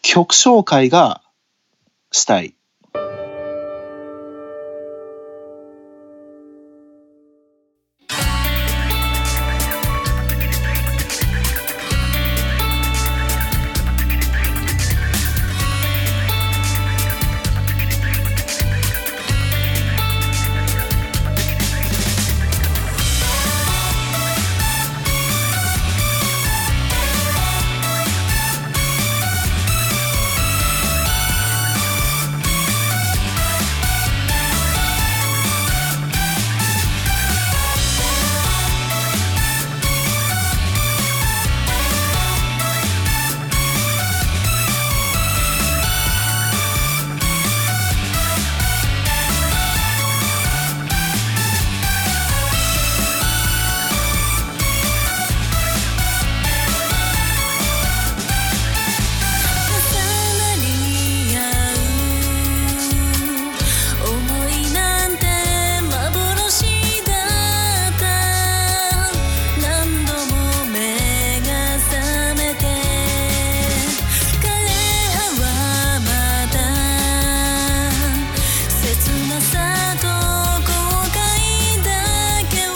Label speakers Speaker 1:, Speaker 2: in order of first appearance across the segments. Speaker 1: 曲紹介がしたい。
Speaker 2: 重なり合う想いなんて幻だった何度も目が覚めて彼はまた切なさと後悔だけを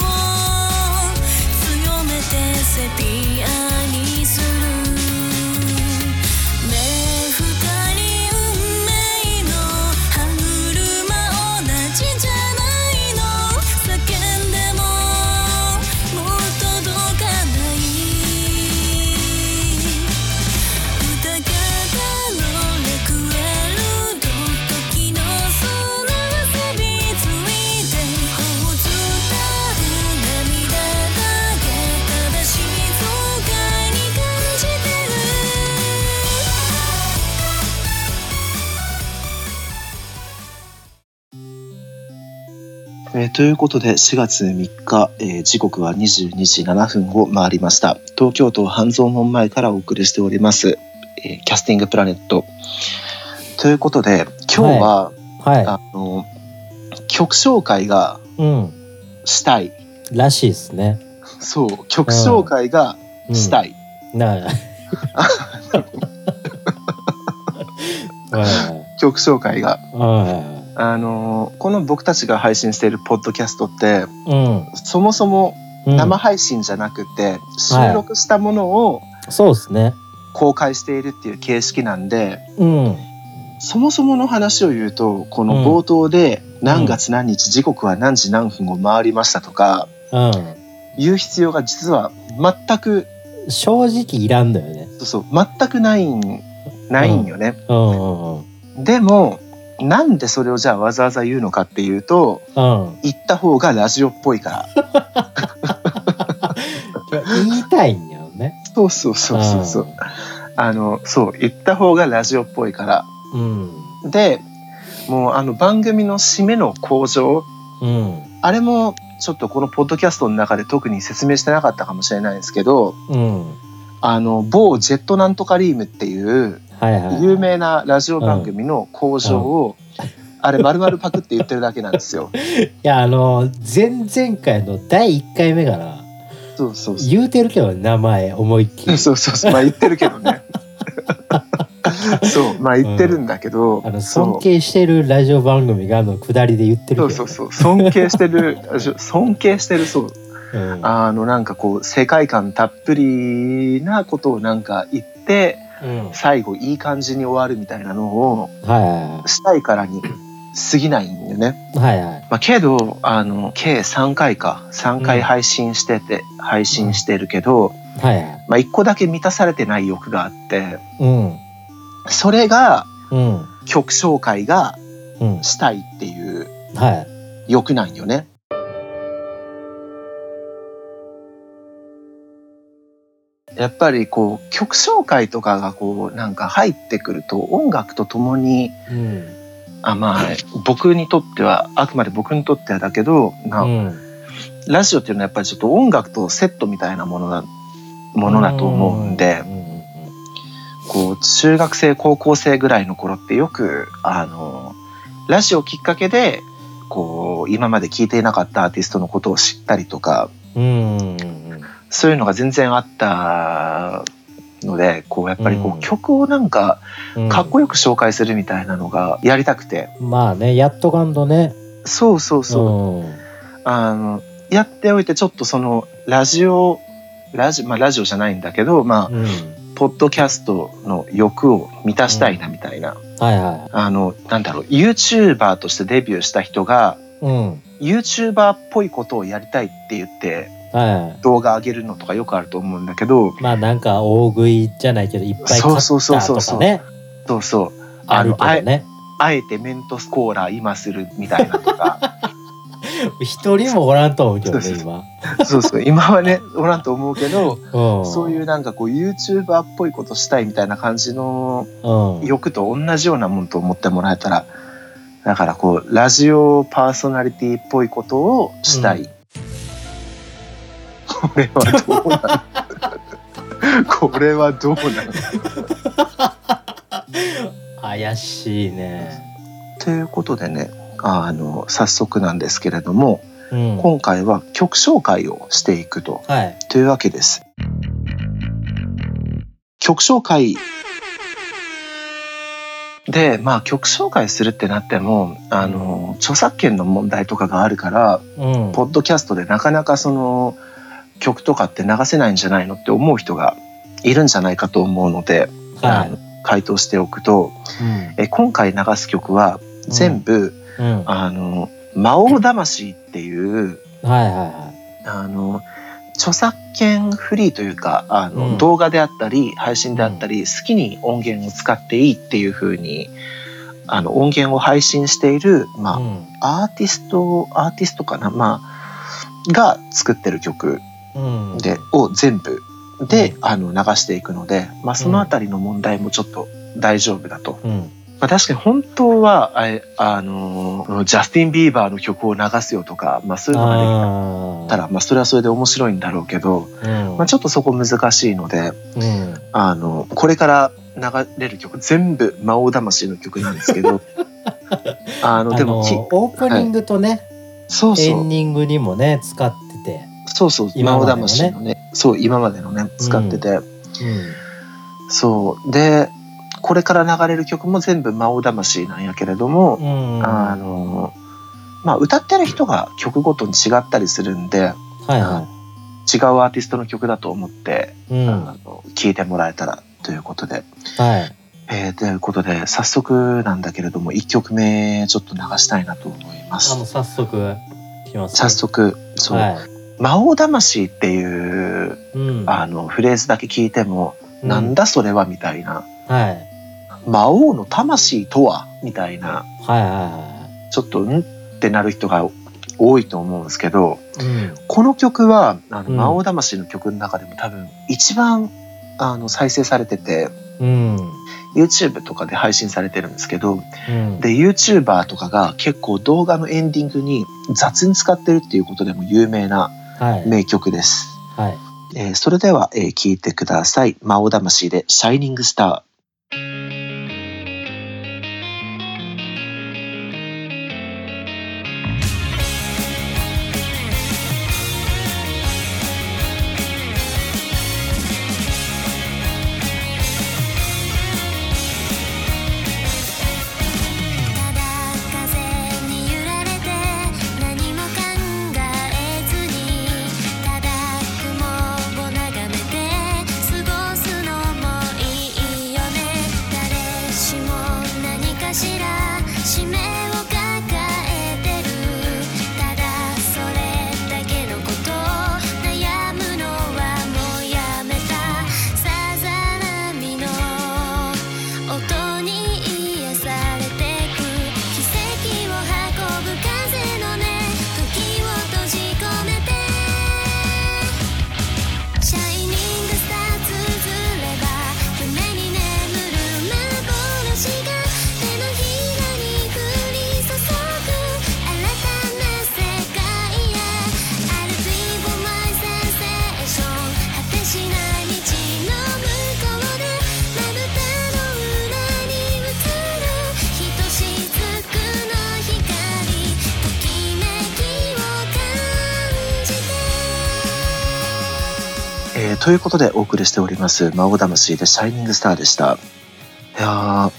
Speaker 2: 強めてセピアにする「ねえ二人運命の歯車同じじゃないの」「叫んでももう届かない」「歌方のレクエルド」「時の空は錆びついて」「頬伝う涙だけただ静かに感じてる」
Speaker 1: えーということで4月3日、えー時刻は22時7分を回りました東京都半蔵門前からお送りしております、えーキャスティングプラネットということで今日は、
Speaker 3: は
Speaker 1: あの曲紹介が
Speaker 3: い。うん。
Speaker 1: したい
Speaker 3: らしいですね。
Speaker 1: そう曲紹介が
Speaker 3: うん、
Speaker 1: したい、
Speaker 3: なあ。は
Speaker 1: 曲紹介が
Speaker 3: い。は
Speaker 1: あのこの僕たちが配信しているポッドキャストって
Speaker 3: い。うん。
Speaker 1: そもそも
Speaker 3: うん、
Speaker 1: 生配信じゃなくて、収録したものを
Speaker 3: そうですね。
Speaker 1: 公開しているっていう形式なんで
Speaker 3: うん。
Speaker 1: そもそもの話を言うとこ
Speaker 3: う
Speaker 1: の
Speaker 3: ん
Speaker 1: 冒頭で何月何日時刻は何時何分を回りましたとか
Speaker 3: う
Speaker 1: 言う必要が実は全く
Speaker 3: ん。正直いらんのよね。
Speaker 1: そうそう全くないんないんよね。
Speaker 3: うんうんうん。
Speaker 1: でもなんでそれをじゃあわざわざ言うのかっていうと
Speaker 3: うん。
Speaker 1: 言った方がラジオっぽいから。
Speaker 3: 言いたいんやろね。
Speaker 1: そうそうそうそうそう。あのそう言った方がラジオっぽいから。
Speaker 3: うん。
Speaker 1: でもうあの番組の締めの向上
Speaker 3: うん。
Speaker 1: あれもちょっとこのポッドキャストの中で特に説明してなかったかもしれないんですけど
Speaker 3: うん。
Speaker 1: あの某ジェットなんとかリームっていう
Speaker 3: はいはい。
Speaker 1: 有名なラジオ番組の向上を、あれ丸々パクって言ってるだけなんです よ。
Speaker 3: いや、あの、前々回の第1回目から、
Speaker 1: そうそうそう
Speaker 3: 言うてるけど、名前、思いっきり。
Speaker 1: そうそうそうまあ言ってるけどねそうまあ言ってるんだけど、
Speaker 3: あの、
Speaker 1: そ
Speaker 3: 尊
Speaker 1: う
Speaker 3: 敬してるラジオ番組が、あの、下りで言って
Speaker 1: そ
Speaker 3: る
Speaker 1: う
Speaker 3: けど
Speaker 1: そうそう
Speaker 3: ね。
Speaker 1: 尊敬してる尊敬してるそう
Speaker 3: うん。
Speaker 1: あのなんかこう世界観たっぷりなことをなんか言って
Speaker 3: うん。はい
Speaker 1: 最後いい感じに終わるみたいなのを
Speaker 3: は
Speaker 1: したいからに過ぎないんだよね、
Speaker 3: いはい。はいはい。
Speaker 1: まあ、けどあの計3回か3回配信してて、配信してるけど、
Speaker 3: はいはい。
Speaker 1: まあ、1個だけ満たされてない欲があって
Speaker 3: うん。
Speaker 1: それが
Speaker 3: うん。
Speaker 1: 曲紹介が
Speaker 3: うん。
Speaker 1: したいっていう
Speaker 3: はい。
Speaker 1: 欲なんよね。やっぱりこう曲紹介とかがこうなんか入ってくると音楽とともに
Speaker 3: うん。
Speaker 1: あまあ僕にとってはあくまで僕にとってはだけど、まあ
Speaker 3: うん。
Speaker 1: ラジオっていうのはやっぱりちょっと音楽とセットみたいなものだものだと思うんで
Speaker 3: うんうん
Speaker 1: こう中学生高校生ぐらいの頃ってよくあのラジオきっかけでこう今まで聴いていなかったアーティストのことを知ったりとか
Speaker 3: うん。うんうんうん。
Speaker 1: そういうのが全然あったのでこうやっぱりこ
Speaker 3: うん
Speaker 1: う曲をなんか
Speaker 3: うん
Speaker 1: かっこよく紹介するみたいなのがやりたくて、
Speaker 3: まあねやっとかんとね
Speaker 1: そうそうそう、
Speaker 3: うん
Speaker 1: あのやっておいてちょっとそのラジオラジ,、まあ、ラジオじゃないんだけど、まあ、
Speaker 3: うん、
Speaker 1: ポッドキャストの欲を満たしたいなみたいな、
Speaker 3: はいは
Speaker 1: あのなんだろう YouTuber としてデビューした人が
Speaker 3: いうん
Speaker 1: ユーチューバーっぽいことをやりたいって言って
Speaker 3: は
Speaker 1: 動画上げるのとかよくあると思うんだけど
Speaker 3: いまあなんか大食いじゃないけどいっぱい買った
Speaker 1: そうそうそ
Speaker 3: と
Speaker 1: うそ
Speaker 3: か
Speaker 1: う
Speaker 3: ね
Speaker 1: そうそう
Speaker 3: ある
Speaker 1: あ
Speaker 3: けど
Speaker 1: の
Speaker 3: ね
Speaker 1: あえてメントスコーラ今するみたいなとか
Speaker 3: 一人もおらんと思うけどね
Speaker 1: そう
Speaker 3: 今
Speaker 1: そうそう今はねおらんと思うけど
Speaker 3: うん
Speaker 1: そういうなんかこう YouTuber っぽいことしたいみたいな感じの
Speaker 3: うん
Speaker 1: 欲と同じようなもんと思ってもらえたらだからこうラジオパーソナリティっぽいことをしたい、
Speaker 3: う
Speaker 1: これはどうなの これはどうなの
Speaker 3: 怪しいね
Speaker 1: ということでねあの早速なんですけれども
Speaker 3: うん
Speaker 1: 今回は曲紹介をしていくと
Speaker 3: はい
Speaker 1: というわけです曲紹介でまあ曲紹介するってなってもあの著作権の問題とかがあるから
Speaker 3: うん
Speaker 1: ポッドキャストでなかなかその曲とかって流せないんじゃないのって思う人がいるんじゃないかと思うので、
Speaker 3: は
Speaker 1: あの回答しておくと
Speaker 3: い
Speaker 1: え今回流す曲は全部、
Speaker 3: うんうんはい
Speaker 1: あの魔王魂っていう
Speaker 3: はいはい
Speaker 1: あの著作権フリーというかあの、
Speaker 3: うん
Speaker 1: 動画であったり配信であったり、好きに音源を使っていいっていう風にあの音源を配信している、まあ
Speaker 3: う
Speaker 1: アーティストアーティストかな、まあ、が作ってる曲
Speaker 3: んうん
Speaker 1: でを全部で、
Speaker 3: う
Speaker 1: あの流していくので、まあ、そのあたりの問題もちょっと大丈夫だと
Speaker 3: うん
Speaker 1: まあ、確かに本当はあれあのージャスティン・ビーバーの曲を流すよとか、まあ、そういうのがで
Speaker 3: あ
Speaker 1: きたらまあ、それはそれで面白いんだろうけど、
Speaker 3: ーうん
Speaker 1: まあ、ちょっとそこ難しいので
Speaker 3: うん
Speaker 1: あのこれから流れる曲全部魔王魂の曲なんですけ どあのでも
Speaker 3: あ
Speaker 1: き
Speaker 3: のオープニングとね、
Speaker 1: そう
Speaker 3: エ
Speaker 1: そ
Speaker 3: ン
Speaker 1: う
Speaker 3: ディングにもね使ってて、
Speaker 1: そうそう
Speaker 3: 今
Speaker 1: 魔
Speaker 3: ま
Speaker 1: 王
Speaker 3: でのね
Speaker 1: 魂のねそう今までのね使ってて、そうでこれから流れる曲も全部魔王魂なんやけれども、
Speaker 3: うん、うん、
Speaker 1: あのまあ歌ってる人が曲ごとに違ったりするんで
Speaker 3: はいは
Speaker 1: 違うアーティストの曲だと思って、
Speaker 3: い、うん、は
Speaker 1: あの聞いてもらえたらということで、
Speaker 3: い、
Speaker 1: えーということで早速なんだけれども1曲目ちょっと流したいなと思いま
Speaker 3: あもう
Speaker 1: す
Speaker 3: 早速いきます、
Speaker 1: 早速そう、
Speaker 3: は
Speaker 1: 魔王魂」っていう
Speaker 3: い、うん、
Speaker 1: あのフレーズだけ聞いても、
Speaker 3: う
Speaker 1: なんだそれはみたいな
Speaker 3: はい
Speaker 1: 「魔王の魂とは」みたいな
Speaker 3: はいは
Speaker 1: ちょっと「ん?」ってなる人が多いと思うんですけど、
Speaker 3: いはい、うん、
Speaker 1: この曲はあの、
Speaker 3: うん
Speaker 1: 魔王魂の曲の中でも多分一番あの再生されてて
Speaker 3: うん、
Speaker 1: YouTube とかで配信されてるんですけど
Speaker 3: うん、
Speaker 1: で YouTuber とかが結構動画のエンディングに雑に使ってるっていうことでも有名な
Speaker 3: はい、
Speaker 1: 名曲です、
Speaker 3: はい、
Speaker 1: えーそれでは聴、えー聞いてください「魔王魂」で「シャイニングスター」
Speaker 2: ただ風に揺られて何も考えずにただ雲を眺めて過ごすのもいいよね誰しも何かしら使命を抱えてるただそれだけのこと悩むのはもうやめたさざ波の音に癒されてく奇跡を運ぶ風の音時を閉じ込めてシャイニングスターつづれば夢に眠る幻が手のひらに降る
Speaker 1: ということでお送りしております「魔王魂」で「シャイニングスター」でしたいや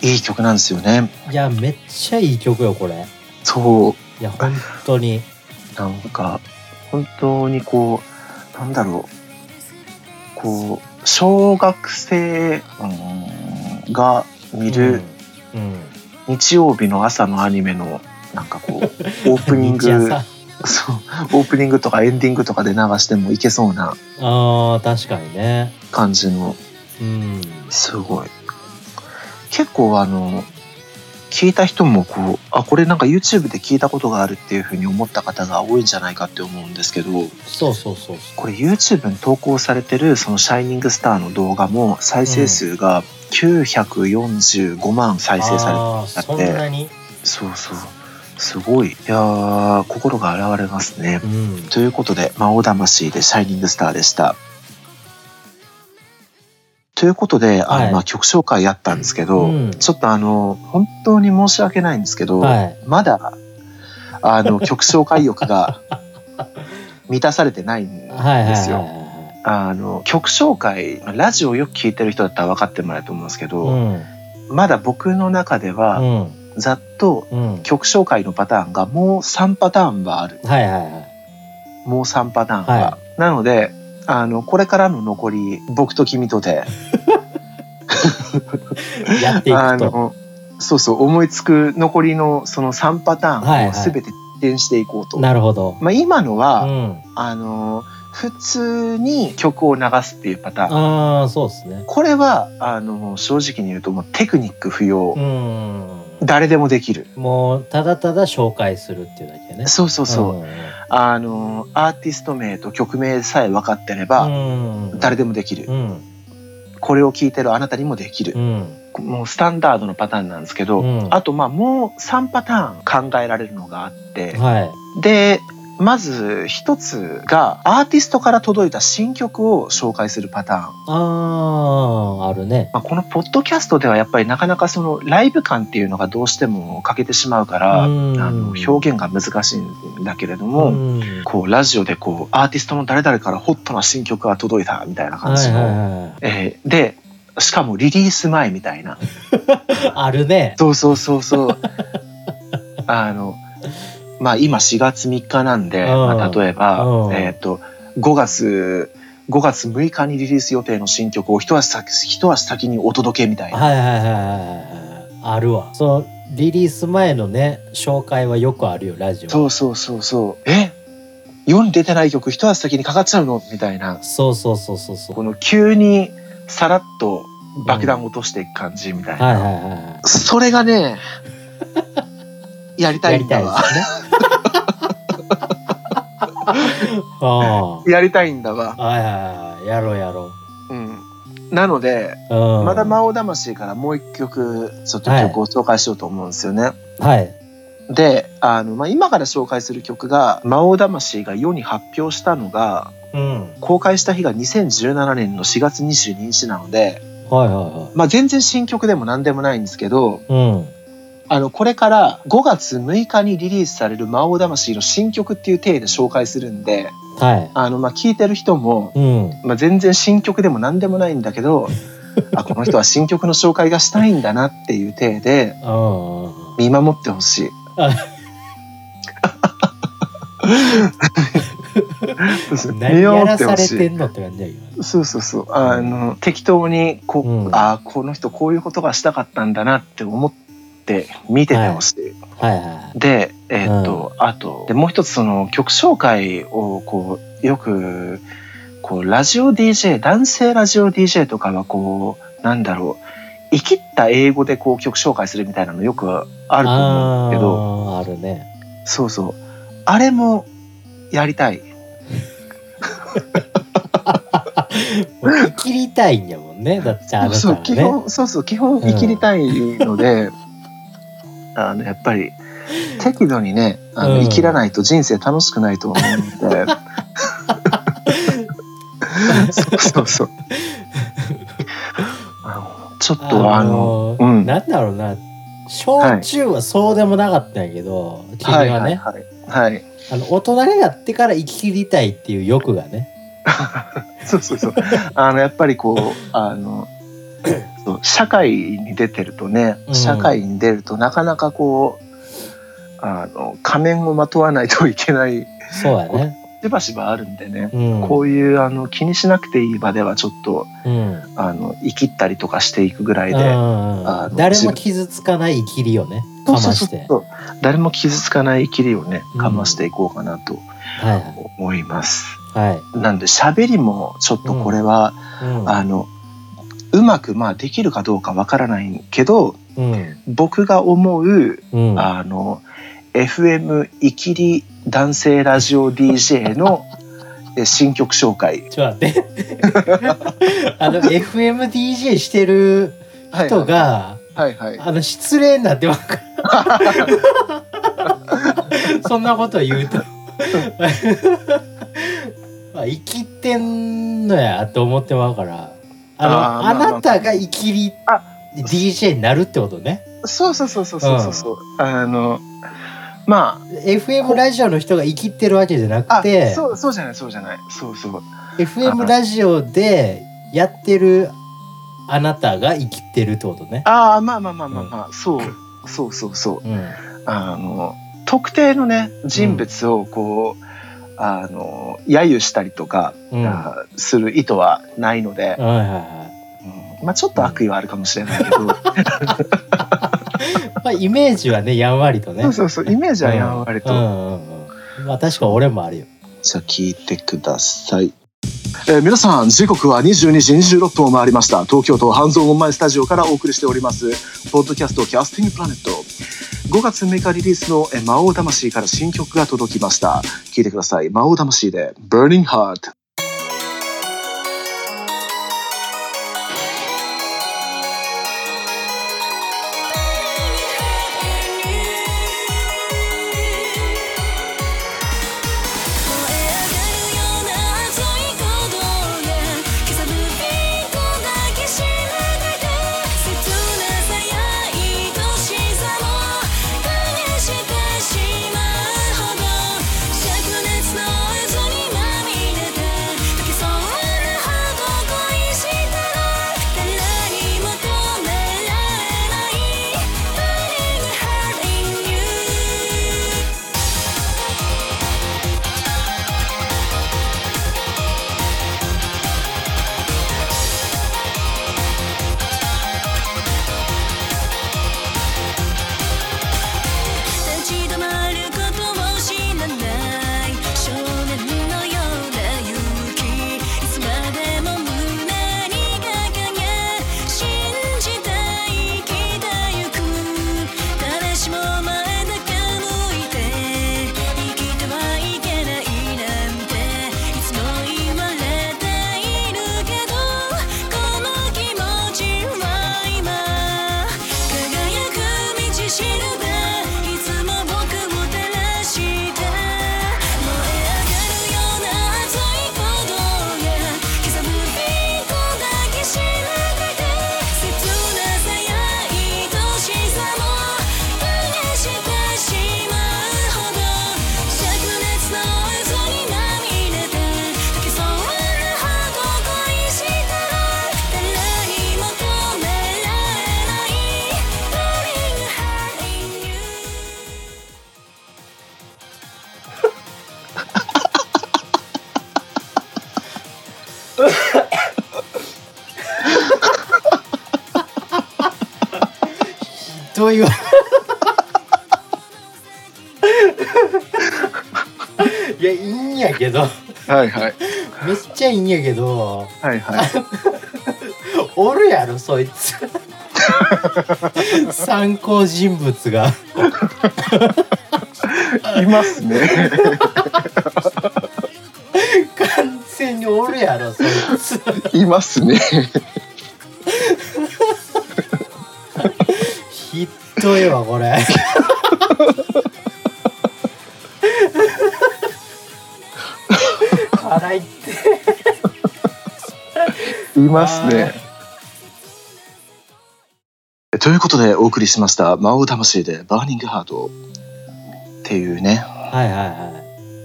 Speaker 1: ーいい曲なんですよね
Speaker 3: いやめっちゃいい曲よこれ
Speaker 1: そう
Speaker 3: いや本当に
Speaker 1: なんか本当にこうなんだろうこう小学生うんが見る
Speaker 3: うん、うん、
Speaker 1: 日曜日の朝のアニメのなんか こうオープニング
Speaker 3: 日朝
Speaker 1: そうオープニングとかエンディングとかで流してもいけそうな
Speaker 3: あー確かにね
Speaker 1: 感じの
Speaker 3: うん
Speaker 1: すごい結構あの聞いた人もこうあこれなんか YouTube で聞いたことがあるっていうふうに思った方が多いんじゃないかって思うんですけど
Speaker 3: そうそうそうそ
Speaker 1: これ YouTube に投稿されてるその「シャイニングスター」の動画も再生数が945万
Speaker 3: う
Speaker 1: 再生されて
Speaker 3: あーそんなに
Speaker 1: そうそうすごいいやー心が洗われますね
Speaker 3: うん
Speaker 1: ということで「魔王魂」で「シャイニングスター」でしたということで、あ
Speaker 3: は
Speaker 1: の
Speaker 3: い
Speaker 1: まあ曲紹介やったんですけど、
Speaker 3: うん
Speaker 1: ちょっとあの本当に申し訳ないんですけど、
Speaker 3: はい
Speaker 1: まだあ の曲紹介欲が満たされてないん
Speaker 3: はいはいはい
Speaker 1: ですよ。
Speaker 3: は
Speaker 1: あの曲紹介ラジオをよく聞いてる人だったら分かってもらえると思うんですけ
Speaker 3: い
Speaker 1: ど、
Speaker 3: はい
Speaker 1: まだ僕の中では、
Speaker 3: うんうん
Speaker 1: ざっと
Speaker 3: うん
Speaker 1: 曲紹介のパターンがもう3パターンはある
Speaker 3: はいはいはい
Speaker 1: もう3パターンは、
Speaker 3: は
Speaker 1: なのであのこれからの残り僕と君とで
Speaker 3: やってい
Speaker 1: あ
Speaker 3: くと
Speaker 1: のそうそう思いつく残りのその3パタ
Speaker 3: はい
Speaker 1: ーン
Speaker 3: は
Speaker 1: を
Speaker 3: い
Speaker 1: 全て転していこうと。
Speaker 3: なるほど
Speaker 1: まあ、今の
Speaker 3: う
Speaker 1: は、
Speaker 3: ん
Speaker 1: あの普通に曲を流すっていうパターン
Speaker 3: ああそうですね
Speaker 1: これはあの正直に言うともうテクニック不要、
Speaker 3: うん
Speaker 1: 誰でもできる
Speaker 3: もうただただ紹介するっていうだけね
Speaker 1: そうそうそう、
Speaker 3: ん
Speaker 1: あのアーティスト名と曲名さえ分かってれば、
Speaker 3: うん
Speaker 1: 誰でもできる、
Speaker 3: うん
Speaker 1: これを聞いてるあなたにもできる
Speaker 3: う、ん
Speaker 1: もうスタンダードのパターンなんですけど、
Speaker 3: うん
Speaker 1: あとまあもう3パターン考えられるのがあって、
Speaker 3: はい
Speaker 1: でまず一つがアーティストから届いた新曲を紹介するパターン、
Speaker 3: あああるね
Speaker 1: まあ、このポッドキャストではやっぱりなかなかそのライブ感っていうのがどうしても欠けてしまうから、
Speaker 3: うん
Speaker 1: あの表現が難しいんだけれども、
Speaker 3: うん
Speaker 1: こうラジオでこうアーティストの誰々からホットな新曲が届いたみたいな感
Speaker 3: は
Speaker 1: じ
Speaker 3: い
Speaker 1: の、
Speaker 3: は
Speaker 1: えーでしかもリリース前みたいない
Speaker 3: はいあるね
Speaker 1: そうそうそうそうあのまあ今4月3日なんで、
Speaker 3: うん
Speaker 1: まあ、例えば
Speaker 3: う、ん
Speaker 1: えっと5月5月6日にリリース予定の新曲を一足先一足先にお届けみたいな、
Speaker 3: はいはいはいはいはいあるわそのリリース前のね紹介はよくあるよラジオ
Speaker 1: そうそうそうそうえ世に出てない曲一足先にかかっちゃうのみたいな
Speaker 3: そうそうそうそうそう
Speaker 1: この急にさらっと爆弾落としていく感じみたいな、
Speaker 3: はいはいはいは
Speaker 1: それが ねやり
Speaker 3: い
Speaker 1: た
Speaker 3: や
Speaker 1: い
Speaker 3: り
Speaker 1: んだ
Speaker 3: たいです
Speaker 1: わ
Speaker 3: ねあ
Speaker 1: やりたいんだわ
Speaker 3: あはいはいはいやろうやろ
Speaker 1: うんなので
Speaker 3: う、うん、
Speaker 1: まだ魔王魂からもう一曲ちょっと曲を紹介しようと思うんですよね。
Speaker 3: はい
Speaker 1: であの、まあ、今から紹介する曲が魔王魂が世に発表したのが
Speaker 3: うん
Speaker 1: 公開した日が2017年の4月22日なので、
Speaker 3: はいは
Speaker 1: まあ、全然新曲でも何でもないんですけど
Speaker 3: いはいうん
Speaker 1: あのこれから5月6日にリリースされる魔王魂の新曲っていう体で紹介するんで
Speaker 3: はい
Speaker 1: あの、まあ、聞いてる人も
Speaker 3: うん
Speaker 1: まあ、全然新曲でも何でもないんだけどあこの人は新曲の紹介がしたいんだなっていう体で
Speaker 3: うん
Speaker 1: 見守ってほしい
Speaker 3: あ。何
Speaker 1: 見
Speaker 3: や
Speaker 1: 守
Speaker 3: ら
Speaker 1: って
Speaker 3: さ
Speaker 1: ほ
Speaker 3: れ
Speaker 1: しい
Speaker 3: てんのって感じだよ
Speaker 1: そうそうそうあの適当にこ、う
Speaker 3: うん
Speaker 1: あこの人こういうことがしたかったんだなって思って見ててほしい。
Speaker 3: はいはい
Speaker 1: で、えーっとあとでもう一つその曲紹介をこうよくこうラジオ DJ 男性ラジオ DJ とかはこうなんだろう生きった英語でこう曲紹介するみたいなのよくあると思うんだけど
Speaker 3: あーあるね
Speaker 1: そうそうあれもやりたい
Speaker 3: もう切りたいんやもんねだってあなた
Speaker 1: そ
Speaker 3: は
Speaker 1: う基
Speaker 3: ね
Speaker 1: 本そうそう基本生きりたいので、 あのやっぱり適度にねあの、
Speaker 3: うん
Speaker 1: 生きらないと人生楽しくないと思うの でそうそう そうあのちょっとあの
Speaker 3: の
Speaker 1: うん
Speaker 3: なんだろうな小中はそうでもなかったんやけど、君はね、
Speaker 1: はいはいはい、はい
Speaker 3: あの大人になってから生きりたいっていう欲がね
Speaker 1: そうそうそう。あのやっぱりこうあのそう社会に出てるとね
Speaker 3: う、ん
Speaker 1: 社会に出るとなかなかこうあの仮面をまとわないといけない
Speaker 3: そうやね。
Speaker 1: しばしばあるんでね。
Speaker 3: うん。
Speaker 1: こういうあの気にしなくていい場ではちょっと
Speaker 3: うん。
Speaker 1: あの生きったりとかしていくぐらい
Speaker 3: うん
Speaker 1: で、
Speaker 3: うん
Speaker 1: あ
Speaker 3: うん
Speaker 1: の
Speaker 3: 誰も傷つかない生きりをね
Speaker 1: そう
Speaker 3: かま
Speaker 1: そうそう
Speaker 3: して
Speaker 1: そう誰も傷つかない生きりをね
Speaker 3: うん
Speaker 1: かましていこうかなと
Speaker 3: は
Speaker 1: 思います。
Speaker 3: いはい、
Speaker 1: なんで喋りもちょっとこれは、
Speaker 3: は
Speaker 1: あのうまくまあできるかどうかわからないけど
Speaker 3: いうんうん
Speaker 1: 僕が思う、
Speaker 3: うん
Speaker 1: あの FM いきり男性ラジオ DJ のえ新曲紹介
Speaker 3: ちょっと待って あの FMDJ してる人が、
Speaker 1: はいはい
Speaker 3: あの失礼になってわかる そんなこと言うと まあ生きてんのやと思ってまうからあの
Speaker 1: あーま
Speaker 3: あ
Speaker 1: あまあ
Speaker 3: なたが生きり
Speaker 1: あ
Speaker 3: DJ になるってことね
Speaker 1: そうそうそうそうそうそう、あのま
Speaker 3: FM ラジオの人が生きてるわけじゃな
Speaker 1: ああ
Speaker 3: くて
Speaker 1: そうそうじゃないそうじゃないそうそう
Speaker 3: FM ラジオでやってるあなたが生きてるってことね。
Speaker 1: ああまあまあまあまあまあ、そうそうそうそう
Speaker 3: うん、
Speaker 1: あの特定のね人物をこう、あの揶揄したりとか、
Speaker 3: うん、は
Speaker 1: あーする意図はないので
Speaker 3: いはい、は
Speaker 1: うんまあちょっと悪意はあるかもしれないけど、
Speaker 3: い。まあイメージはねやんわりとね。
Speaker 1: そうそうそうイメージはやんわりと、
Speaker 3: うんうんうん、まあ確か俺もあるよ。
Speaker 1: じゃあ聞いてください。えー皆さん時刻は22時26分を回りました東京都半蔵門前スタジオからお送りしておりますポッドキャストキャスティングプラネット5月6日リリースのえー魔王魂から新曲が届きました聞いてください魔王魂で Burning Heart
Speaker 2: 燃え上がるような熱い鼓動が刻むピンク抱きしめてく切なさや愛しさも試してしまうほど灼熱の渦にまみれて溶けそうなハートを恋したら誰にも止められない Burning Heart in You 立ち止まることを知らない少年のような勇気いつまでも胸に掲げ信じて生きてゆく誰しも前だけ向いて生きてはいけないなんていつも言われているけどこの気持ちは今輝く道しるべいつも僕を照らして燃え上がるような熱い鼓動が刻むピンク抱きしめてて切なさや愛しさも試してしまうほど灼熱の渦にまみれて溶けそうなハートを恋したら誰にも止められない Burning Heart in You
Speaker 3: どういう いやいいんやけど
Speaker 1: はいはい
Speaker 3: めっちゃいいんやけど
Speaker 1: はいはい
Speaker 3: おるやろそいつ参考人物が
Speaker 1: いますね
Speaker 3: 完全におるやろそいつ
Speaker 1: いますね
Speaker 3: ひっどいわこれ腹いって
Speaker 1: いますね。ということでお送りしました「魔王魂でバーニングハート」っていうね
Speaker 3: はいはいは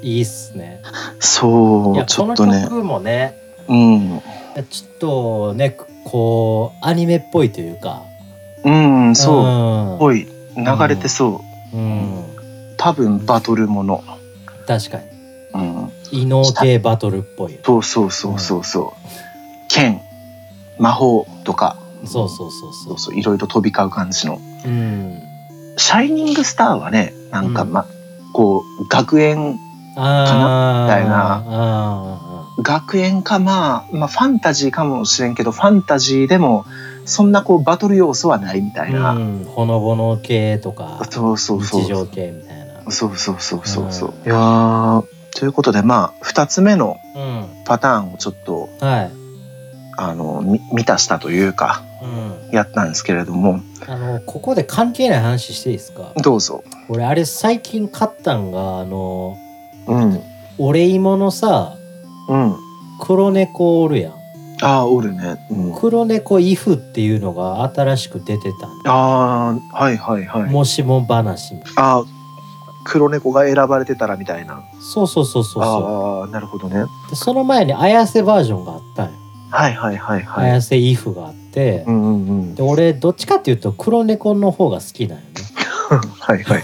Speaker 3: いいっすねい
Speaker 1: そう
Speaker 3: や
Speaker 1: ち
Speaker 3: こ
Speaker 1: ょ
Speaker 3: の
Speaker 1: っとね
Speaker 3: 曲もね
Speaker 1: うん
Speaker 3: ちょっとねこうアニメっぽいというか
Speaker 1: うんそう
Speaker 3: う
Speaker 1: ぽ
Speaker 3: い、
Speaker 1: い流れてそう
Speaker 3: うん、
Speaker 1: 多分バトルもの、
Speaker 3: 確かに
Speaker 1: うん、
Speaker 3: 異能系バトルっぽい
Speaker 1: そうそうそうそうそう剣魔法とか
Speaker 3: そうそうそうそ
Speaker 1: そううそういろいろ飛び交う感じの
Speaker 3: うん
Speaker 1: 「シャイニングスター」はねなんか
Speaker 3: うん
Speaker 1: ま、こう学園
Speaker 3: ああ
Speaker 1: みたいな
Speaker 3: あ
Speaker 1: 学園かまあ、まあ、ファンタジーかもしれんけどファンタジーでもそんなこうバトル要素はないみたい
Speaker 3: ーう
Speaker 1: な、
Speaker 3: んほのぼの系とか
Speaker 1: そうそうそう
Speaker 3: 日
Speaker 1: そ
Speaker 3: 常
Speaker 1: う
Speaker 3: 系みたいな
Speaker 1: そうそうそうそうそう
Speaker 3: うん
Speaker 1: いやーということでまあ2つ目の
Speaker 3: うん
Speaker 1: パターンをちょっと
Speaker 3: はい
Speaker 1: あのみ満たしたというか
Speaker 3: うん
Speaker 1: やったんですけれども
Speaker 3: あのここで関係ない話していいですか
Speaker 1: どうぞ。
Speaker 3: 俺あれ最近買ったんがあの
Speaker 1: うん
Speaker 3: お礼芋のさ
Speaker 1: うん、
Speaker 3: 黒猫おるやん
Speaker 1: あーおるね。うん、
Speaker 3: 黒猫イフっていうのが新しく出てたん
Speaker 1: あーはいはいはい。
Speaker 3: もしも話みたい
Speaker 1: あー黒猫が選ばれてたらみたいな。
Speaker 3: なそうそうそうそうそ
Speaker 1: ああなるほどね。
Speaker 3: うでその前に綾瀬バージョンがあったんよ
Speaker 1: はいはいはいはい。
Speaker 3: 綾瀬イフがあって、
Speaker 1: うんうんうん
Speaker 3: で。俺どっちかっていうと黒猫の方が好きなんよね
Speaker 1: はいはい。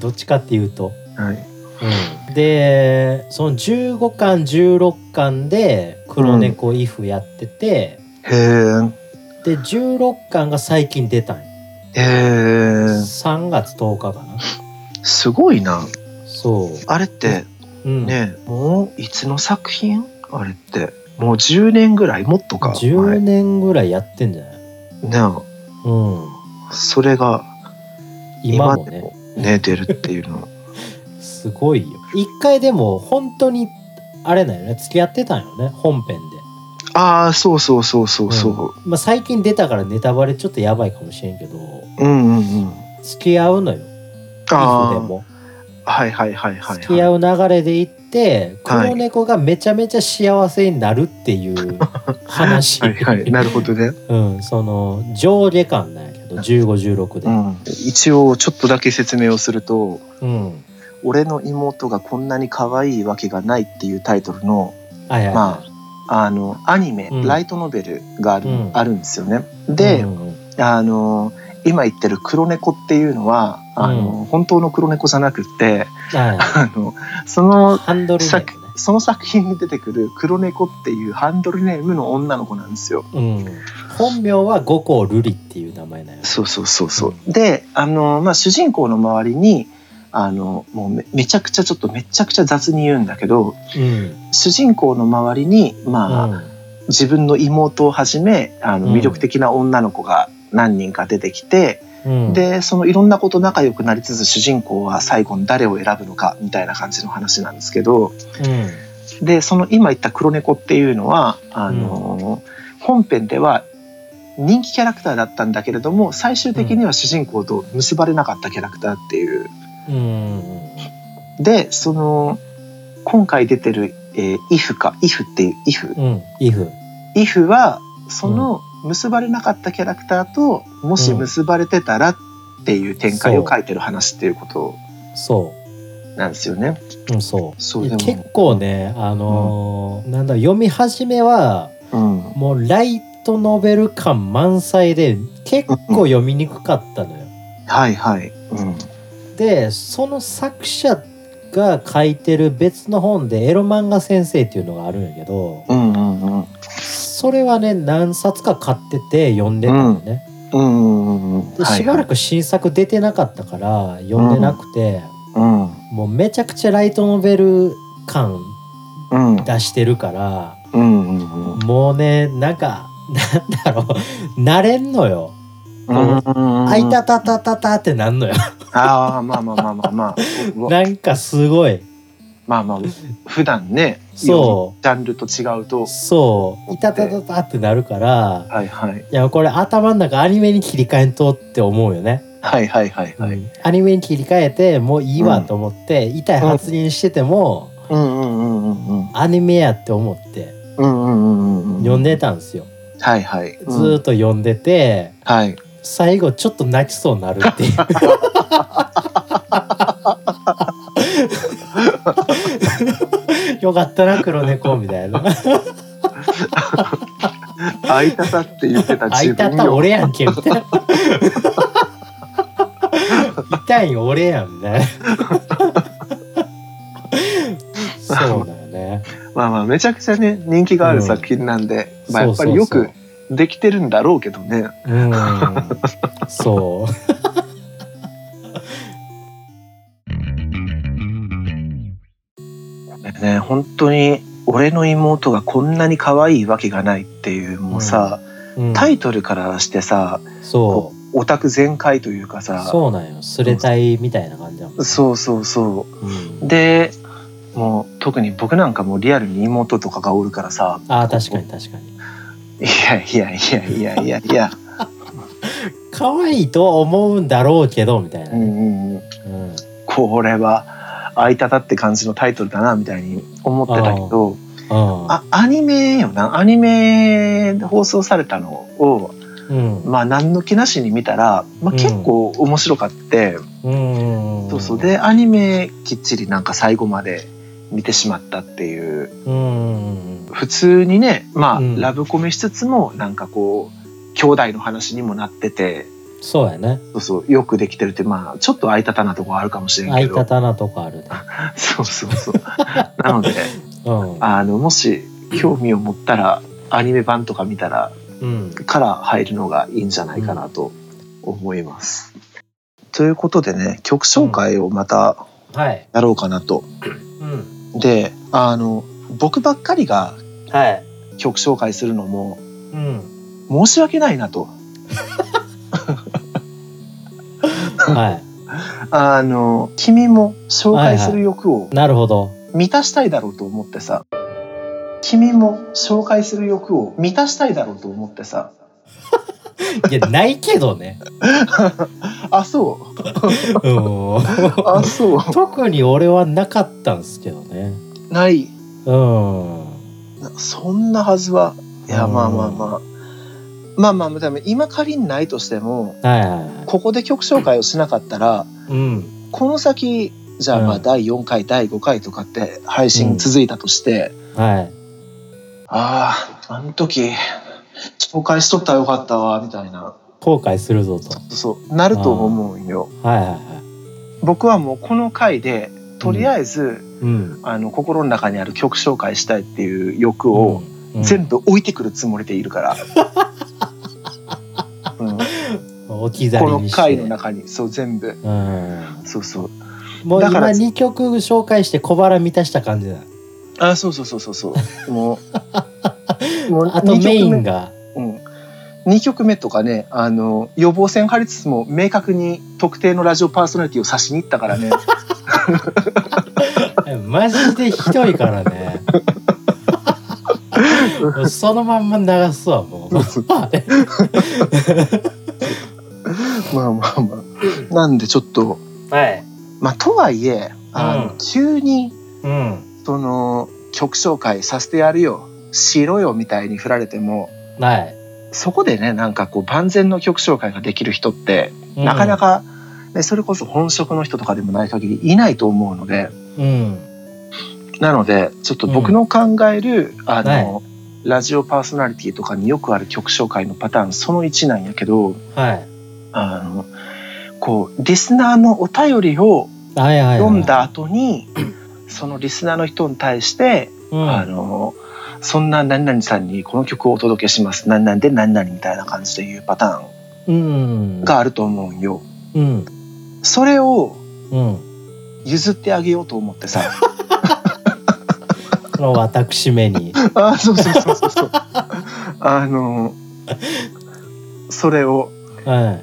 Speaker 3: どっちかっていうと、
Speaker 1: はい、
Speaker 3: でその15巻16巻で黒猫イフやってて、
Speaker 1: へえ。
Speaker 3: で16巻が最近出たんよ
Speaker 1: へえ。
Speaker 3: 3月10日かな
Speaker 1: すごいな。
Speaker 3: そ
Speaker 1: あれって
Speaker 3: う、うん、
Speaker 1: ね、もういつの作品あれって。もう10年ぐらいもっとか。
Speaker 3: 10年ぐらいやってんじゃない、
Speaker 1: 前ね
Speaker 3: うん、
Speaker 1: それが
Speaker 3: 今も
Speaker 1: で
Speaker 3: ね
Speaker 1: もね出るっていうの。
Speaker 3: すごいよ一回でも本当にあれだよね付き合ってたんよね本編で
Speaker 1: ああそうそうそうそうそう。
Speaker 3: まあ、最近出たからネタバレちょっとやばいかもしれんけど
Speaker 1: うんうんうん。
Speaker 3: 付き合うのよ
Speaker 1: あ
Speaker 3: 夫
Speaker 1: あ
Speaker 3: でも
Speaker 1: はいはいはいはい、はい。
Speaker 3: 付き合う流れで行って
Speaker 1: はい
Speaker 3: 黒猫がめちゃめちゃ幸せになるっていう 話、
Speaker 1: はいはい、なるほどね。
Speaker 3: うん、その上下感なんやけど1516で、
Speaker 1: うん、一応ちょっとだけ説明をすると
Speaker 3: うん、
Speaker 1: 「俺の妹がこんなに可愛いわけがない」っていうタイトルの,、
Speaker 3: あいや
Speaker 1: まあ、あのアニメ、
Speaker 3: うん
Speaker 1: ライトノベルがある,、
Speaker 3: うん
Speaker 1: ん、あるんですよね。で、
Speaker 3: うん
Speaker 1: あの今言ってる黒猫っていうのはあの、
Speaker 3: うん
Speaker 1: 本当の黒猫じゃなくって
Speaker 3: はい
Speaker 1: あのその
Speaker 3: ハンドルネー
Speaker 1: 作その作品に出てくる黒猫っていうハンドルネームの女の子なんですよ。
Speaker 3: ムね、うん、本名は五香瑠璃っていう名前なんや
Speaker 1: そうそうそうそう。で、あの、まあ、主人公の周りに、あの、もうめめちゃくちゃちょっとめちゃくちゃ雑に言うんだけど、
Speaker 3: うん
Speaker 1: 主人公の周りに、まあ、
Speaker 3: うん
Speaker 1: 自分の妹をはじめ、あの、
Speaker 3: うん
Speaker 1: 魅力的な女の子が何人か出てきて、
Speaker 3: うん、
Speaker 1: で、そのいろんなこと仲良くなりつつ、主人公は最後に誰を選ぶのか、みたいな感じの話なんですけど、
Speaker 3: うん
Speaker 1: で、その今言った黒猫っていうのは、あの、本編では、人気キャラクターだったんだけれども最終的には主人公と結ばれなかったキャラクターっていう。
Speaker 3: うん
Speaker 1: でその今回出てる「えーイフ」か「イフ」っていう「イフ
Speaker 3: うん、イフ。」
Speaker 1: 「イフ」はその結ばれなかったキャラクターともし結ばれてたらっていう展開を書いてる話っていうこと
Speaker 3: そ
Speaker 1: なんですよね。
Speaker 3: う、うん、そう。
Speaker 1: そうでも
Speaker 3: 結構ね、あのーなんだろう読み始めは
Speaker 1: うん
Speaker 3: もうライトノベル感満載で結構読みにくかったのよ。
Speaker 1: はいはい。うん
Speaker 3: で、その作者が書いてる別の本でエロ漫画先生っていうのがあるんやけど、
Speaker 1: うんうんうん
Speaker 3: それはね何冊か買ってて読んでたのね。
Speaker 1: うんうんうん
Speaker 3: でしばらく新作出てなかったから読んでなくて、
Speaker 1: うん
Speaker 3: もうめちゃくちゃライトノベル感
Speaker 1: うん
Speaker 3: 出してるから、
Speaker 1: うんうんうん
Speaker 3: もうねなんかなんだろう慣れんのよ「あいたたたたた」ってなんのよ
Speaker 1: ああまあまあまあまあまあうわ
Speaker 3: なんかすごい
Speaker 1: まあまあ普段ね
Speaker 3: そう
Speaker 1: ジャンルと違うと
Speaker 3: そう「いたたたた」ってなるから
Speaker 1: はいはい
Speaker 3: いやこれ頭の中アニメに切り替えんとって思うよね、
Speaker 1: はいはいはいはい。
Speaker 3: うんアニメに切り替えてもういいわと思って、痛い発言してても、
Speaker 1: うんうんうんうんうん
Speaker 3: アニメやって思って
Speaker 1: うんうんうんうん。
Speaker 3: 読んでたんですよ、
Speaker 1: はいはい。
Speaker 3: ずーっと読んでて
Speaker 1: はい。
Speaker 3: 最後ちょっと泣きそうになるっていうよかったな黒猫みたいな
Speaker 1: あいたたって言ってた
Speaker 3: 「あい
Speaker 1: 自
Speaker 3: た
Speaker 1: 分
Speaker 3: った
Speaker 1: よ。
Speaker 3: 俺やんけ」みたいな「痛いん俺やん」みたいなそうだよね
Speaker 1: まあまあ、めちゃくちゃね、人気がある作品なんで、 まあやっぱりよくできてるんだろうけどね。
Speaker 3: うんそう
Speaker 1: ね、本当に、俺の妹がこんなに可愛いわけがないっていう、もうさ、
Speaker 3: うん
Speaker 1: タイトルからしてさ、
Speaker 3: そ
Speaker 1: オタク全開というか
Speaker 3: う
Speaker 1: さ、
Speaker 3: そうなんよすれたいみたいな感じだもんね、
Speaker 1: そうそうそうう。
Speaker 3: ん、
Speaker 1: で、もう特に僕なんかもうリアルに妹とかがおるからさ、
Speaker 3: ああ確かに確かに
Speaker 1: いやいやいやいやいやいや、
Speaker 3: 可愛いとは思うんだろうけどみたいな
Speaker 1: う
Speaker 3: ね、
Speaker 1: んうんうん、
Speaker 3: うん
Speaker 1: これは、あいたたって感じのタイトルだな、みたいに思ってたけど、
Speaker 3: あ
Speaker 1: あアニメよなアニメで放送されたのを
Speaker 3: うん
Speaker 1: まあ何の気なしに見たら、まあ、
Speaker 3: うん
Speaker 1: 結構面白かって、
Speaker 3: うん
Speaker 1: そうそうでアニメきっちりなんか最後まで見てしまったっていう
Speaker 3: うん
Speaker 1: 普通にねまあ、
Speaker 3: うん
Speaker 1: ラブコメしつつもなんかこう兄弟の話にもなってて
Speaker 3: そうやね
Speaker 1: そうそうよくできてるってまあちょっとあいたたなとこあるかもしれん
Speaker 3: あ
Speaker 1: け
Speaker 3: い
Speaker 1: ど
Speaker 3: たたなとこあるね
Speaker 1: そうそうそうなので
Speaker 3: うん
Speaker 1: あのもし興味を持ったらアニメ版とか見たら
Speaker 3: うん
Speaker 1: から入るのがいいんじゃないかなと思います。ということでね曲紹介をまた
Speaker 3: はい
Speaker 1: やろうかなと。
Speaker 3: うん
Speaker 1: であの僕ばっかりが
Speaker 3: はい
Speaker 1: 曲紹介するのも
Speaker 3: うん
Speaker 1: 申し訳ないなと。
Speaker 3: は
Speaker 1: あの君も紹介する欲を
Speaker 3: いなるほど
Speaker 1: 満たしたいだろうと思ってさ。君も紹介する欲を満たしたいだろうと思ってさ。
Speaker 3: いやないけどね
Speaker 1: あ、そう。
Speaker 3: うん
Speaker 1: あ、そう。
Speaker 3: 特に俺はなかったんですけどね
Speaker 1: ない。
Speaker 3: うん
Speaker 1: なそんなはずは。いや、
Speaker 3: うん
Speaker 1: まあまあまあ。まあまあ、でも今仮にないとしても、
Speaker 3: はいはいは
Speaker 1: ここで曲紹介をしなかったら、
Speaker 3: いうん
Speaker 1: この先、じゃあま
Speaker 3: う
Speaker 1: あ
Speaker 3: ん
Speaker 1: 第4回、第5回とかって配
Speaker 3: う
Speaker 1: 信
Speaker 3: ん
Speaker 1: 続いたとして、
Speaker 3: はい
Speaker 1: ああ、あの時、紹介しとったらよかったわ、みたいな、
Speaker 3: 後悔するぞと
Speaker 1: そうそう、なると思うんよ。
Speaker 3: はいはいはい
Speaker 1: 僕はもうこの回で、とりあえず、
Speaker 3: うん
Speaker 1: あの、心の中にある曲紹介したいっていう欲を、
Speaker 3: うん
Speaker 1: 全部置いてくるつもりでいる から。うん
Speaker 3: 置き去
Speaker 1: こ
Speaker 3: り
Speaker 1: の
Speaker 3: にして
Speaker 1: 回の中にそう全部
Speaker 3: うん
Speaker 1: そうそう
Speaker 3: もう
Speaker 1: だから
Speaker 3: 今二曲紹介して小腹満たした感じだ
Speaker 1: あそうそうそうそうそうも うもう
Speaker 3: あと
Speaker 1: 二曲
Speaker 3: メ
Speaker 1: 目
Speaker 3: インが
Speaker 1: うん2曲目とかねあの予防線張りつつも明確に特定のラジオパーソナリティを差しに行ったから ね
Speaker 3: マジでひどいからねもうそのまんま流すわもう
Speaker 1: まあまあまあなんでちょっと
Speaker 3: はい
Speaker 1: まあとはいえあの、
Speaker 3: うん
Speaker 1: 急に
Speaker 3: うん
Speaker 1: その曲紹介させてやるよしろよみたいに振られても
Speaker 3: はい、
Speaker 1: そこでねなんかこう万全の曲紹介ができる人ってなかな
Speaker 3: か
Speaker 1: か、ね、それこそ本職の人とかでもない限りいないと思うので、
Speaker 3: うん
Speaker 1: なので、ちょっと僕の考える、あの、
Speaker 3: は
Speaker 1: ラジオパーソナリティとかによくある曲紹介のパターン、その1なんやけど、
Speaker 3: はい
Speaker 1: あの、こう、リスナーのお便りを
Speaker 3: はいはいはい
Speaker 1: 読んだ後に、そのリスナーの人に対して、
Speaker 3: うん
Speaker 1: あの、そんな何々さんにこの曲をお届けします。何々で何々みたいな感じで言うパター
Speaker 3: うん
Speaker 1: ンがあると思うんよ。
Speaker 3: うん
Speaker 1: それを
Speaker 3: うん
Speaker 1: 譲ってあげようと思ってさ。
Speaker 3: その私めに
Speaker 1: あそうそうそうそうそうあのそれを
Speaker 3: は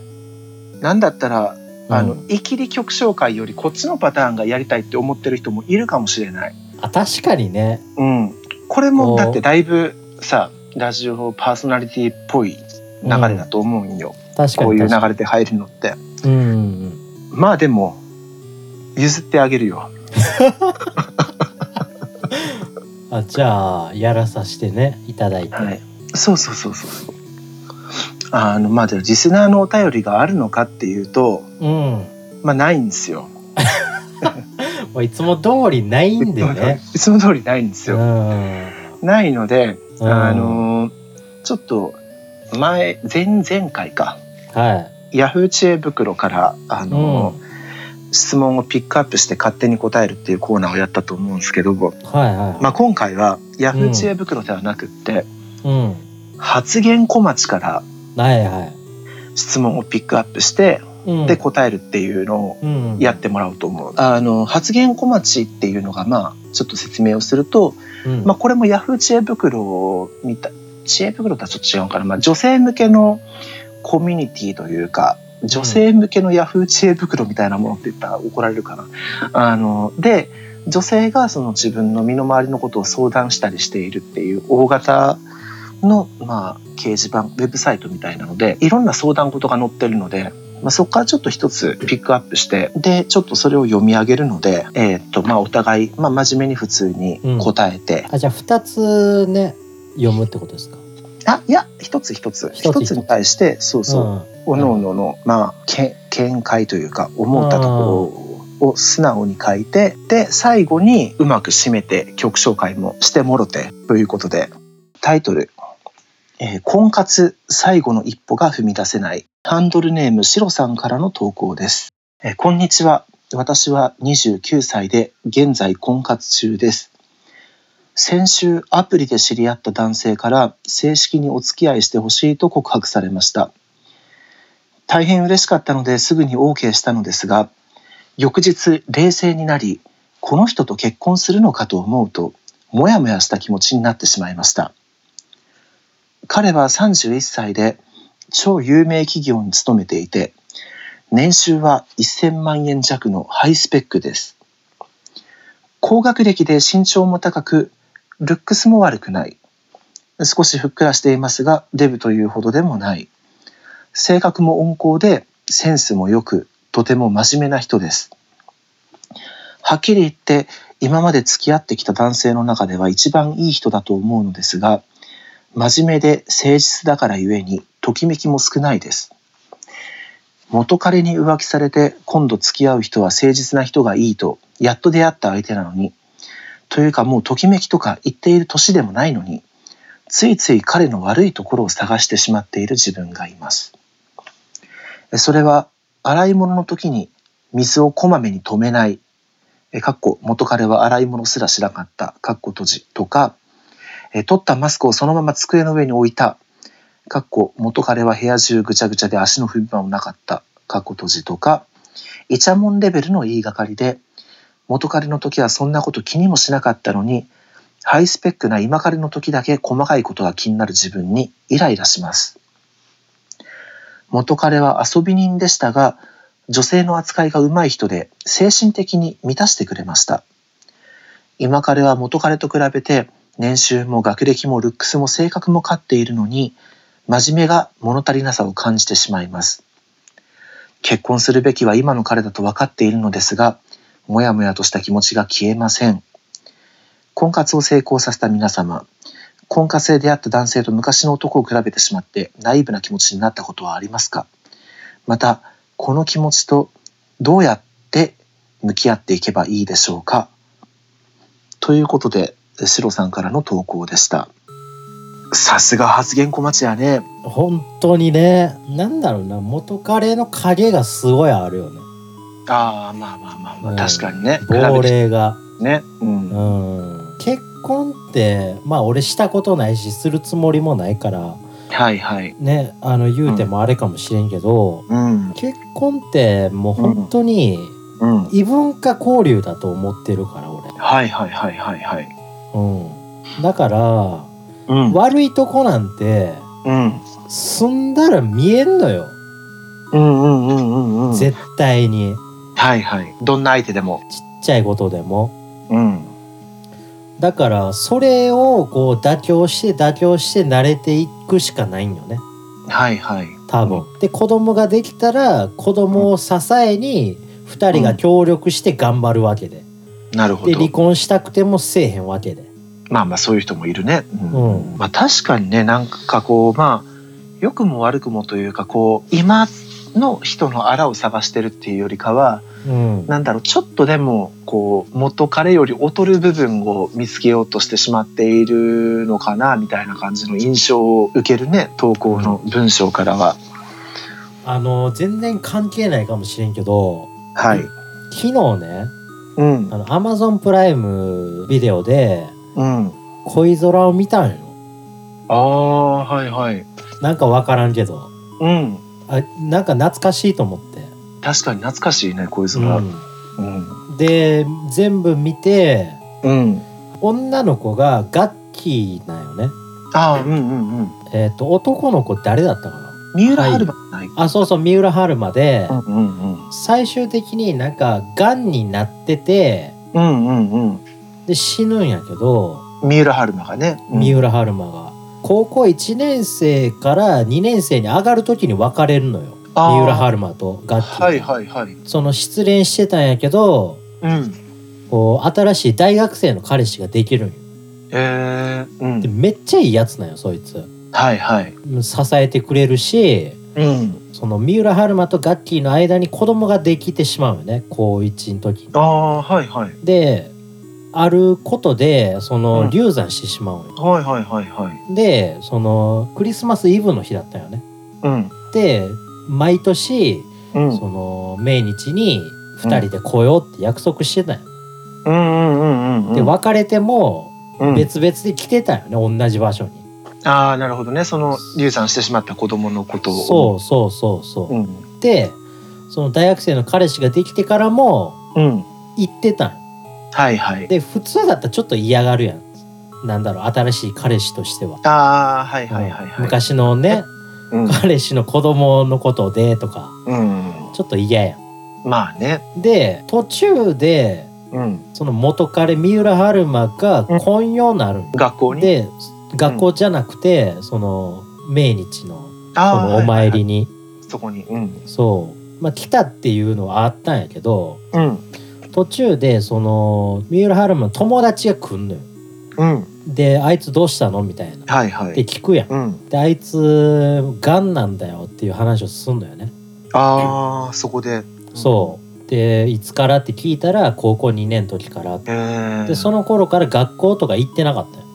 Speaker 1: なんだったら
Speaker 3: い
Speaker 1: あの、
Speaker 3: うん
Speaker 1: いきり曲紹介よりこっちのパターンがやりたいって思ってる人もいるかもしれない、
Speaker 3: あ確かにね
Speaker 1: うん、これも
Speaker 3: お
Speaker 1: だってだいぶさラジオパーソナリティっぽい流れだと思うんよ、
Speaker 3: 確かに
Speaker 1: こういう
Speaker 3: 確か
Speaker 1: 流れで入るのって
Speaker 3: にうん
Speaker 1: まあでも譲ってあげるよ
Speaker 3: あじゃあやらさせてねいただいて、
Speaker 1: はい、そうそうそうそうそうあのまあでもリスナーのお便りがあるのかっていうと
Speaker 3: うん
Speaker 1: まあないんですよ
Speaker 3: まあいつも通りないんだよね。
Speaker 1: いつも通りないんです
Speaker 3: う
Speaker 1: よ。
Speaker 3: ん
Speaker 1: ないので、
Speaker 3: うん
Speaker 1: あのーちょっと前前々回か
Speaker 3: はい。
Speaker 1: ヤフー知恵袋からあのー、
Speaker 3: うん
Speaker 1: 質問をピックアップして勝手に答えるっていうコーナーをやったと思うんですけど、
Speaker 3: はいはい。
Speaker 1: まあ、今回はヤフー知恵袋ではなくって、
Speaker 3: うん。
Speaker 1: 発言小町から
Speaker 3: はいはい。
Speaker 1: 質問をピックアップして、
Speaker 3: うん
Speaker 1: で答えるっていうのを
Speaker 3: うん
Speaker 1: やってもらおうと思う。あの発言小町っていうのがまあちょっと説明をすると、
Speaker 3: うん
Speaker 1: まあ、これもヤフー知恵袋みたい知恵袋とはちょっと違うのかな、まあ、女性向けのコミュニティというか女性向けのヤフー知恵袋みたいなものって言ったら怒られるかな。あので女性がその自分の身の回りのことを相談したりしているっていう大型の、まあ、掲示板ウェブサイトみたいなのでいろんな相談事が載ってるので、まあ、そこからちょっと一つピックアップしてでちょっとそれを読み上げるので、えーっとまあ、お互い、まあ、真面目に普通に答えて、
Speaker 3: あじゃあ二つね読むってことですか。
Speaker 1: あいや一つ一つ
Speaker 3: 一
Speaker 1: 一
Speaker 3: つ
Speaker 1: つに対してそうそう、各々のまあ、け見解というか思ったところを素直に書いてで最後にうまく締めて曲紹介もしてもろてということでタイトル、えー婚活最後の一歩が踏み出せない」ハンドルネームシロさんからの投稿です。えーこんにちは私は29歳で現在婚活中です。先週アプリで知り合った男性から正式にお付き合いしてほしいと告白されました大変嬉しかったのですぐに OK したのですが翌日冷静になりこの人と結婚するのかと思うとモヤモヤした気持ちになってしまいました彼は31歳で超有名企業に勤めていて年収は1000万円弱のハイスペックです高学歴で身長も高くルックスも悪くない少しふっくらしていますがデブというほどでもない性格も温厚でセンスも良くとても真面目な人ですはっきり言って今まで付き合ってきた男性の中では一番いい人だと思うのですが真面目で誠実だからゆえにときめきも少ないです元彼に浮気されて今度付き合う人は誠実な人がいいとやっと出会った相手なのにというかもうときめきとか言っている年でもないのについつい彼の悪いところを探してしまっている自分がいますえそれは洗い物の時に水をこまめに止めないえかっこ元彼は洗い物すらしなかったかっこ閉じとかえ取ったマスクをそのまま机の上に置いたかっこ元彼は部屋中ぐちゃぐちゃで足の踏み場もなかったかっこ閉じとかイチャモンレベルの言いがかりで元彼の時はそんなこと気にもしなかったのにハイスペックな今彼の時だけ細かいことが気になる自分にイライラします元彼は遊び人でしたが女性の扱いが上手い人で精神的に満たしてくれました今彼は元彼と比べて年収も学歴もルックスも性格も勝っているのに真面目が物足りなさを感じてしまいます結婚するべきは今の彼だと分かっているのですがもやもやとした気持ちが消えません婚活を成功させた皆様婚活で出会った男性と昔の男を比べてしまってナイーブな気持ちになったことはありますかまたこの気持ちとどうやって向き合っていけばいいでしょうかということでシロさんからの投稿でしたさすが発言小町やね
Speaker 3: 本当にねなんだろうな元彼の影がすごいあるよね
Speaker 1: ああまあまあまあ、まあ
Speaker 3: うん
Speaker 1: 確かにね比
Speaker 3: 亡
Speaker 1: べて
Speaker 3: 霊が、
Speaker 1: ね、うん
Speaker 3: うん、結婚ってまあ俺したことないしするつもりもないから
Speaker 1: はいはい
Speaker 3: ねあの言うてもあれかもしれんけど、
Speaker 1: うん
Speaker 3: 結婚ってもう本当に
Speaker 1: うん
Speaker 3: 異文化交流だと思ってるから俺、
Speaker 1: はいはいはいはいはい
Speaker 3: うん、だから
Speaker 1: うん
Speaker 3: 悪いとこなんて
Speaker 1: うん
Speaker 3: 住んだら見えんのよ
Speaker 1: うんうんうんうんうん
Speaker 3: 絶対に
Speaker 1: はいはいどんな相手でも
Speaker 3: ちっちゃいことでも
Speaker 1: うん
Speaker 3: だからそれをこう妥協して妥協して慣れていくしかないんよね
Speaker 1: はいはい
Speaker 3: 多分、で子供ができたら子供を支えに2人が協力して頑張るわけで、
Speaker 1: なるほ
Speaker 3: で離
Speaker 1: ど
Speaker 3: 婚したくてもせえへんわけで
Speaker 1: まあまあそういう人もいるね、
Speaker 3: う
Speaker 1: うんんまあ、確かにねなんかこうまあ良くも悪くもというかこう今の人のあらを探してるっていうよりかは
Speaker 3: うん
Speaker 1: なんだろうちょっとでもこう元彼より劣る部分を見つけようとしてしまっているのかなみたいな感じの印象を受けるね投稿の文章からは。
Speaker 3: あの全然関係ないかもしれんけど
Speaker 1: はい、
Speaker 3: 昨日ね
Speaker 1: うん
Speaker 3: あの Amazon プライムビデオで
Speaker 1: うん、
Speaker 3: 恋空を見たんよ
Speaker 1: ああはいはい。
Speaker 3: なんかわからんけど
Speaker 1: うん
Speaker 3: あなんか懐かしいと思って、
Speaker 1: 確かに懐かしいね恋空。うんうん
Speaker 3: うんで全部見て
Speaker 1: うん、
Speaker 3: 女の子が楽器なんよね
Speaker 1: ああうんうんうん
Speaker 3: えっ、と男の子誰だったかな
Speaker 1: 三浦春馬じゃない
Speaker 3: あそうそう三浦春馬で、
Speaker 1: うんうん
Speaker 3: 最終的になんかがんになってて
Speaker 1: うんうんうんうん
Speaker 3: で死ぬんやけど
Speaker 1: 三浦春馬がね、うん
Speaker 3: 三浦春馬が、高校1年生から2年生に上がる時に別れるのよ
Speaker 1: あー
Speaker 3: 三浦春馬と楽器が、
Speaker 1: はいはいはい
Speaker 3: その失恋してたんやけど
Speaker 1: うん
Speaker 3: こう新しい大学生の彼氏ができるんよ
Speaker 1: えー、う
Speaker 3: で
Speaker 1: ん
Speaker 3: めっちゃいいやつなんよそいつ
Speaker 1: はいはい
Speaker 3: 支えてくれるし
Speaker 1: うん
Speaker 3: その三浦春馬とガッキーの間に子供ができてしまうよね高1の時に
Speaker 1: あ。あはいはい
Speaker 3: であることでそうの
Speaker 1: ん
Speaker 3: 流産してしまうんよ。
Speaker 1: はいはいはいはい
Speaker 3: でそのクリスマスイブの日だったよね。
Speaker 1: うん
Speaker 3: で毎年
Speaker 1: うん
Speaker 3: その命日に2人で来ようって約束してたよ。
Speaker 1: うんうんうんうん
Speaker 3: で別れても
Speaker 1: うん
Speaker 3: 別々で来てたよね、同じ場所に。
Speaker 1: ああなるほどねその流産してしまった子供のことを
Speaker 3: そうそうそうそう。
Speaker 1: ん
Speaker 3: でその大学生の彼氏ができてからも
Speaker 1: うん
Speaker 3: 行ってたんよ
Speaker 1: はいはい
Speaker 3: で普通だったらちょっと嫌がるやんなんだろう新しい彼氏としては、
Speaker 1: ああはいはいはいはい
Speaker 3: 昔のね
Speaker 1: うん
Speaker 3: 彼氏の子供のことでとか
Speaker 1: うん
Speaker 3: ちょっと嫌やん
Speaker 1: まあね
Speaker 3: で途中で
Speaker 1: うん
Speaker 3: その元彼三浦春馬が婚用なるんよ
Speaker 1: 学校に
Speaker 3: で学校じゃなくて、その命日のそ
Speaker 1: あー
Speaker 3: のお
Speaker 1: はい
Speaker 3: 参
Speaker 1: はい
Speaker 3: りに、
Speaker 1: はいそこにうん
Speaker 3: そうまあ来たっていうのはあったんやけど
Speaker 1: うん
Speaker 3: 途中でその三浦春馬の友達が来んのよ
Speaker 1: うん
Speaker 3: であいつどうしたのみたいな
Speaker 1: はいは
Speaker 3: で
Speaker 1: い
Speaker 3: 聞くやん
Speaker 1: うん
Speaker 3: であいつがんなんだよっていう話をすんのよね、
Speaker 1: ああそこで
Speaker 3: そうでいつからって聞いたら高校2年の時から
Speaker 1: えー
Speaker 3: でその頃から学校とか行ってなかったよ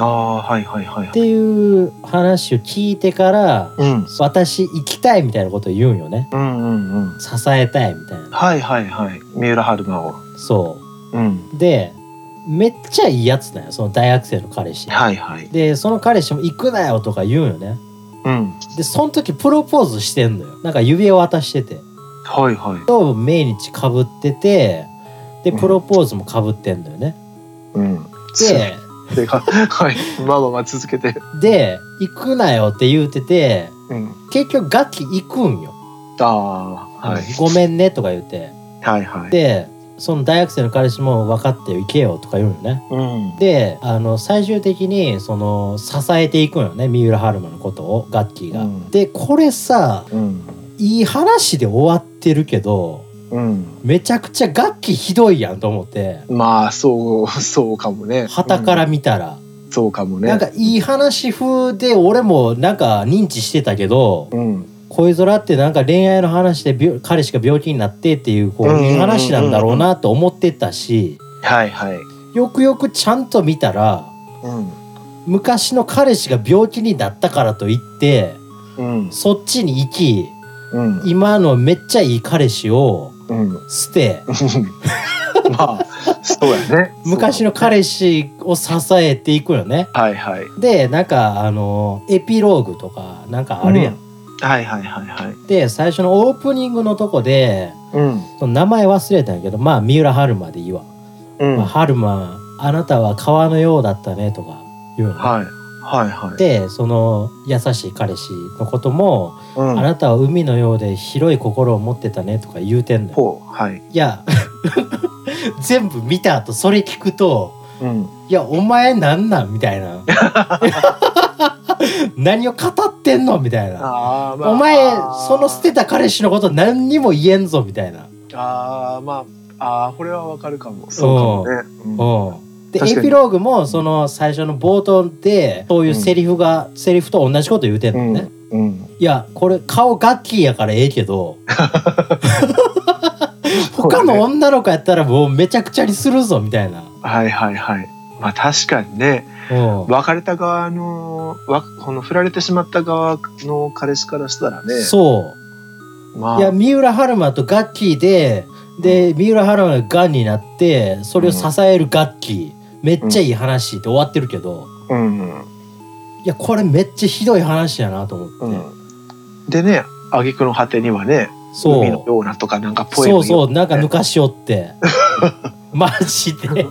Speaker 1: ああはいはいはい
Speaker 3: っ
Speaker 1: はい
Speaker 3: ていう話を聞いてから
Speaker 1: うん
Speaker 3: 私行きたいみたいなことを言うんよね
Speaker 1: うんうんうん
Speaker 3: 支えたいみたいな
Speaker 1: はいはいはい三浦春馬を
Speaker 3: そ
Speaker 1: うん
Speaker 3: うでめっちゃいいやつだよその大学生の彼氏
Speaker 1: はいはい
Speaker 3: でその彼氏も行くなよとか言うんよね
Speaker 1: うん
Speaker 3: でその時プロポーズしてんのよなんか指輪渡してて
Speaker 1: はいはい
Speaker 3: と命日かぶっててで
Speaker 1: うん
Speaker 3: プロポーズもかぶってんだよね、
Speaker 1: うん
Speaker 3: で
Speaker 1: でが はいまあまあまあ続けて
Speaker 3: で行くなよって言うてて
Speaker 1: うん
Speaker 3: 結局楽器行くんよ、
Speaker 1: ああはい
Speaker 3: ごめんねとか言うて
Speaker 1: はいはい
Speaker 3: でその大学生の彼氏も分かってよ行けよとか言うよね
Speaker 1: うん
Speaker 3: であの最終的にその支えていくんよね三浦春馬のことをガッキーが、
Speaker 1: うん
Speaker 3: でこれさ
Speaker 1: うん
Speaker 3: いい話で終わってるけど
Speaker 1: うん
Speaker 3: めちゃくちゃガッキーひどいやんと思って
Speaker 1: まあそう そうかもね
Speaker 3: 旗から
Speaker 1: うん
Speaker 3: 見たら、
Speaker 1: そうかもね
Speaker 3: なんかいい話風で俺もなんか認知してたけど、
Speaker 1: うん
Speaker 3: 恋空ってなんか恋愛の話で病彼氏が病気になってっていうこ
Speaker 1: うんうん
Speaker 3: う
Speaker 1: うんうん
Speaker 3: いい話なんだろうなと思ってたし
Speaker 1: はいはい
Speaker 3: よくよくちゃんと見たら
Speaker 1: う
Speaker 3: 昔の彼氏が病気になったからといって
Speaker 1: んうん
Speaker 3: そっちに行き
Speaker 1: うん
Speaker 3: 今のめっちゃいい彼氏を
Speaker 1: うん
Speaker 3: 捨て
Speaker 1: まあそうやね
Speaker 3: 昔の彼氏を支えていくよね。
Speaker 1: はいはい
Speaker 3: でなんかあのエピローグとかなんかあるやん。
Speaker 1: はいはいはいはい
Speaker 3: で最初のオープニングのとこで
Speaker 1: うん
Speaker 3: その名前忘れたんやけどまあ三浦春馬でいいわ。
Speaker 1: うん
Speaker 3: まあ、
Speaker 1: はい
Speaker 3: 春馬あなたは川のようだったねとか言うの、
Speaker 1: はいはい
Speaker 3: でその優しい彼氏のことも、
Speaker 1: うん
Speaker 3: あなたは海のようで広い心を持ってたねとか言うてんのよ
Speaker 1: ほうはい
Speaker 3: いや 全部見た後それ聞くと
Speaker 1: うん
Speaker 3: 「いやお前なんなん?」みた いな「何を語ってんの?」みたいな
Speaker 1: ああ
Speaker 3: 「お前その捨てた彼氏のこと何にも言えんぞ」みたいな。
Speaker 1: ああまあああこれはわかるかもそうかもねうん
Speaker 3: うん、で
Speaker 1: 確かに
Speaker 3: エピローグもその最初の冒頭でそういうセリフが、セリフと同じこと言うてんのね、
Speaker 1: うん。
Speaker 3: いやこれ顔ガッキーやからええ けど他の女の子やったらもうめちゃくちゃにするぞみたいな。
Speaker 1: はいはいはい。まあ確かにね、
Speaker 3: うん
Speaker 1: 別れた側の、わこの振られてしまった側の彼氏からしたらね、
Speaker 3: そ
Speaker 1: ま
Speaker 3: う
Speaker 1: あ、
Speaker 3: いや三浦春馬とガッキーでで三浦春馬ががんになってそれを支えるガッキーめっちゃいい話って終わってるけど、
Speaker 1: うん、
Speaker 3: いやこれめっちゃひどい話やなと思って、
Speaker 1: うん。でね、挙句の果てにはね、
Speaker 3: そ
Speaker 1: 海の
Speaker 3: う
Speaker 1: ようなとかなんかポエム
Speaker 3: そ
Speaker 1: よ
Speaker 3: うそうなんか抜かしおって マジで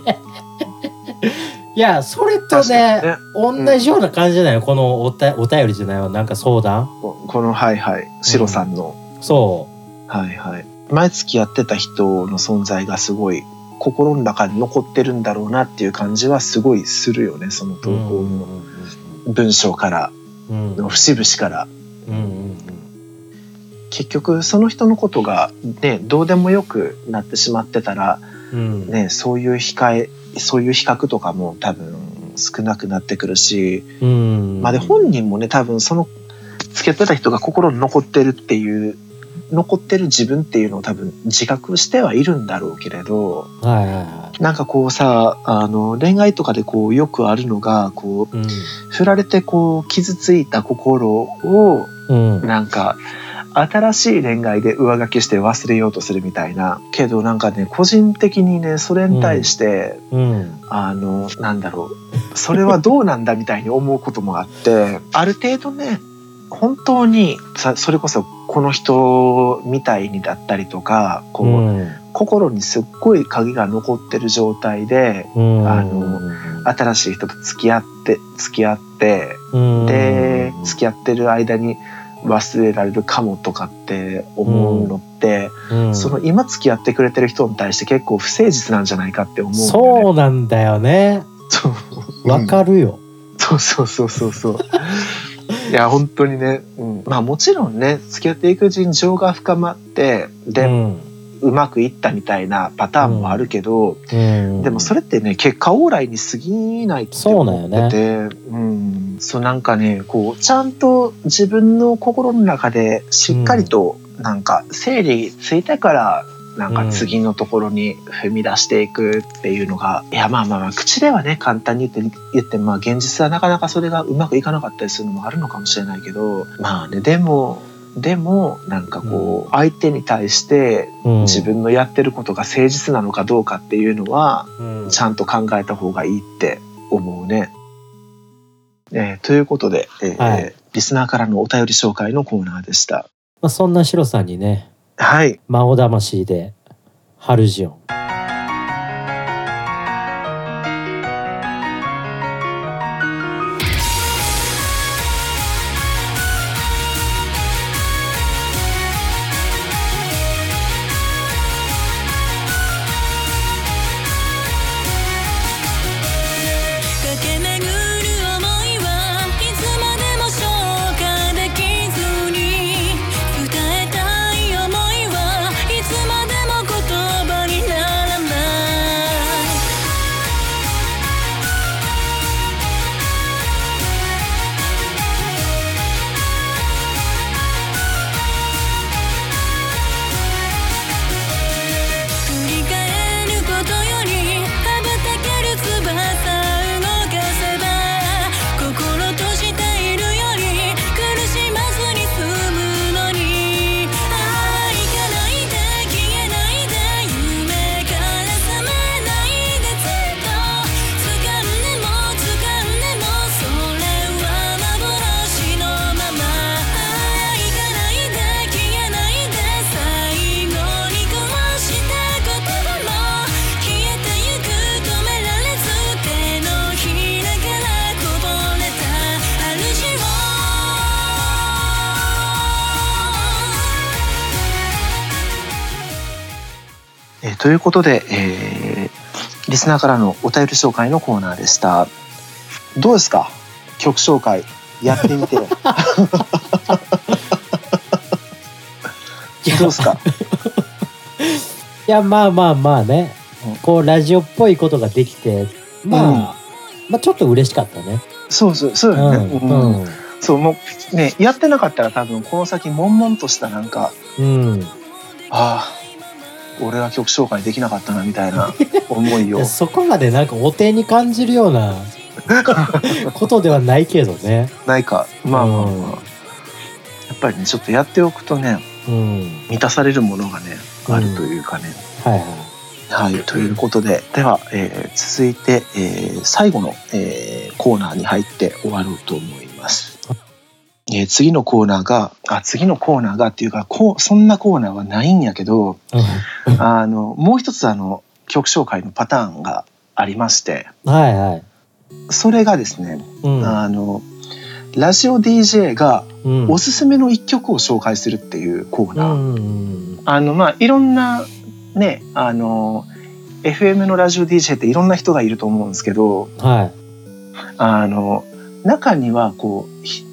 Speaker 3: いやそれと
Speaker 1: 確か
Speaker 3: ね
Speaker 1: にね
Speaker 3: 同じような感じじゃないのこのおたお便りじゃないわなんか相談
Speaker 1: ここのはいはいシロさんの、
Speaker 3: そ
Speaker 1: はいはい毎月やってた人の存在がすごい心の中に残ってるんだろうなっていう感じはすごいするよねその
Speaker 3: う
Speaker 1: 投
Speaker 3: う
Speaker 1: 稿
Speaker 3: んうん
Speaker 1: の文章から
Speaker 3: うんうん
Speaker 1: の節々から
Speaker 3: うんうん
Speaker 1: 結局その人のことがねどうでもよくなってしまってたら
Speaker 3: うん
Speaker 1: ねそういう控えそういう比較とかも多分少なくなってくるし
Speaker 3: うん
Speaker 1: まあで本人もね多分そのつけてた人が心に残ってるっていう残ってる自分っていうのを多分自覚してはいるんだろうけれど
Speaker 3: はいはいは
Speaker 1: なんかこうさあの恋愛とかでこうよくあるのがこ
Speaker 3: い。うん
Speaker 1: う振られてこう傷ついた心を
Speaker 3: うん
Speaker 1: なんか新しい恋愛で上書きして忘れようとするみたいなけどなんかね個人的にねそれに対して、
Speaker 3: うん
Speaker 1: あのなんだろうそれはどうなんだみたいに思うこともあって ある程度ね本当にさそれこそこの人みたいにだったりとかこう、心にすっごい鍵が残ってる状態で
Speaker 3: うん
Speaker 1: あの新しい人と付き合って付き合って
Speaker 3: うん
Speaker 1: で付き合ってる間に忘れられるかもとかって思うのって、
Speaker 3: うん
Speaker 1: その今付き合ってくれてる人に対して結構不誠実なんじゃないかって思うんだよね。
Speaker 3: そうなんだよね。
Speaker 1: そう
Speaker 3: わかるよ。
Speaker 1: そうそうそうそうそう。いや本当にね、うん、まあもちろんね付き合っていく人情が深まってで、う
Speaker 3: うん
Speaker 1: まくいったみたいなパターンもあるけど、
Speaker 3: うん
Speaker 1: でもそれってね結果往来に過ぎないって
Speaker 3: そうなん
Speaker 1: 思
Speaker 3: よ
Speaker 1: っ
Speaker 3: ね
Speaker 1: ててうんそうなんかねこうちゃんと自分の心の中でしっかりとなんか整理ついてからなんか次のところに踏み出していくっていうのが、いやまあまあまあ口ではね簡単に言って言ってまあ現実はなかなかそれがうまくいかなかったりするのもあるのかもしれないけどまあねでもでもなんかこう相手に対して
Speaker 3: うん
Speaker 1: 自分のやってることが誠実なのかどうかっていうのは
Speaker 3: うん
Speaker 1: ちゃんと考えた方がいいって思うね。えーということで、えー
Speaker 3: はい
Speaker 1: リスナーからのお便り紹介のコーナーでした。
Speaker 3: まあそんなシロさんにね、
Speaker 1: はい、
Speaker 3: 魔王魂でハルジオン。
Speaker 2: 駆け巡る想いはいつまでも消化できずに伝えたい想いはいつまでも言葉にならない振り返ることより羽ばたける翼動かせば心としているより苦しまずに済むのにああ行かないで消えないで夢から覚めないでずっと掴んでも掴んでもそれは幻のままああ行かないで消えないで最後に交わした言葉も消えてゆく止められず手のひらからこぼれた主を
Speaker 1: えーということで、えーリスナーからのお便り紹介のコーナーでした。どうですか曲紹介やって みてどう
Speaker 3: いや
Speaker 1: ですか
Speaker 3: いやまあまあまあね
Speaker 1: うん、
Speaker 3: こうラジオっぽいことができて、まあ、まあちょっと嬉しかったね。
Speaker 1: そうそうそう
Speaker 3: う
Speaker 1: よね、うん
Speaker 3: んうん
Speaker 1: そうもうねやってなかったら多分この先悶々としたなんか
Speaker 3: うん、い
Speaker 1: ああ俺は曲紹介できなかったなみたい な思いを
Speaker 3: やそこまでなんかお手に感じるよう なことではないけどね。
Speaker 1: ないかまあまあまあ、
Speaker 3: うん
Speaker 1: やっぱりねちょっとやっておくとね
Speaker 3: うん、
Speaker 1: 満たされるものがねあるというかね、
Speaker 3: はいはい。
Speaker 1: はい、ということで、では、えー続いて、えー最後の、えーコーナーに入って終わろうと思います。えー次のコーナーが、あ、次のコーナーがっていうか、こう、そんなコーナーはないんやけど、
Speaker 3: うん
Speaker 1: あの、もう一つあの、曲紹介のパターンがありまして、
Speaker 3: はいはい。
Speaker 1: それがですね、
Speaker 3: うん、
Speaker 1: あの、ラジオ DJ が
Speaker 3: うん、
Speaker 1: おすすめの一曲を紹介するっていうコー
Speaker 3: う
Speaker 1: ナー。
Speaker 3: んうん
Speaker 1: あのまあいろんなねあの FM のラジオ DJ っていろんな人がいると思うんですけど
Speaker 3: うん、はい。
Speaker 1: あの中にはこうひ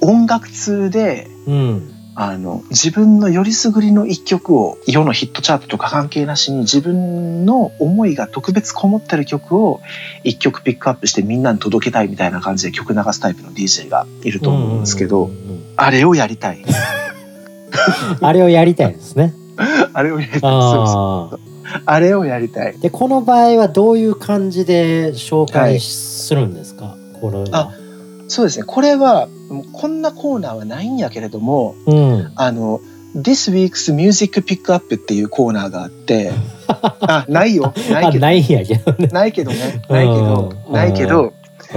Speaker 1: 音楽通で
Speaker 3: うん、
Speaker 1: あの自分のよりすぐりの一曲を世のヒットチャートとか関係なしに自分の思いが特別こもってる曲を一曲ピックアップしてみんなに届けたいみたいな感じで曲流すタイプの DJ がいると思うんですけど、
Speaker 3: うんうんうん
Speaker 1: あれをやりたい
Speaker 3: あれをやりたいで すね。
Speaker 1: あれをやりたいそうそ
Speaker 3: ああ。
Speaker 1: うあれをやりたい
Speaker 3: でこの場合はどういう感じで紹介するんですか。これは。
Speaker 1: あそうですねこれはもうこんなコーナーはないんやけれども
Speaker 3: うん。
Speaker 1: あの「This Week's Music Pick Up」っていうコーナーがあって あないよない
Speaker 3: あ
Speaker 1: けど
Speaker 3: ないんやけどね。
Speaker 1: ないけどねないけど
Speaker 3: うん
Speaker 1: ないけど
Speaker 3: う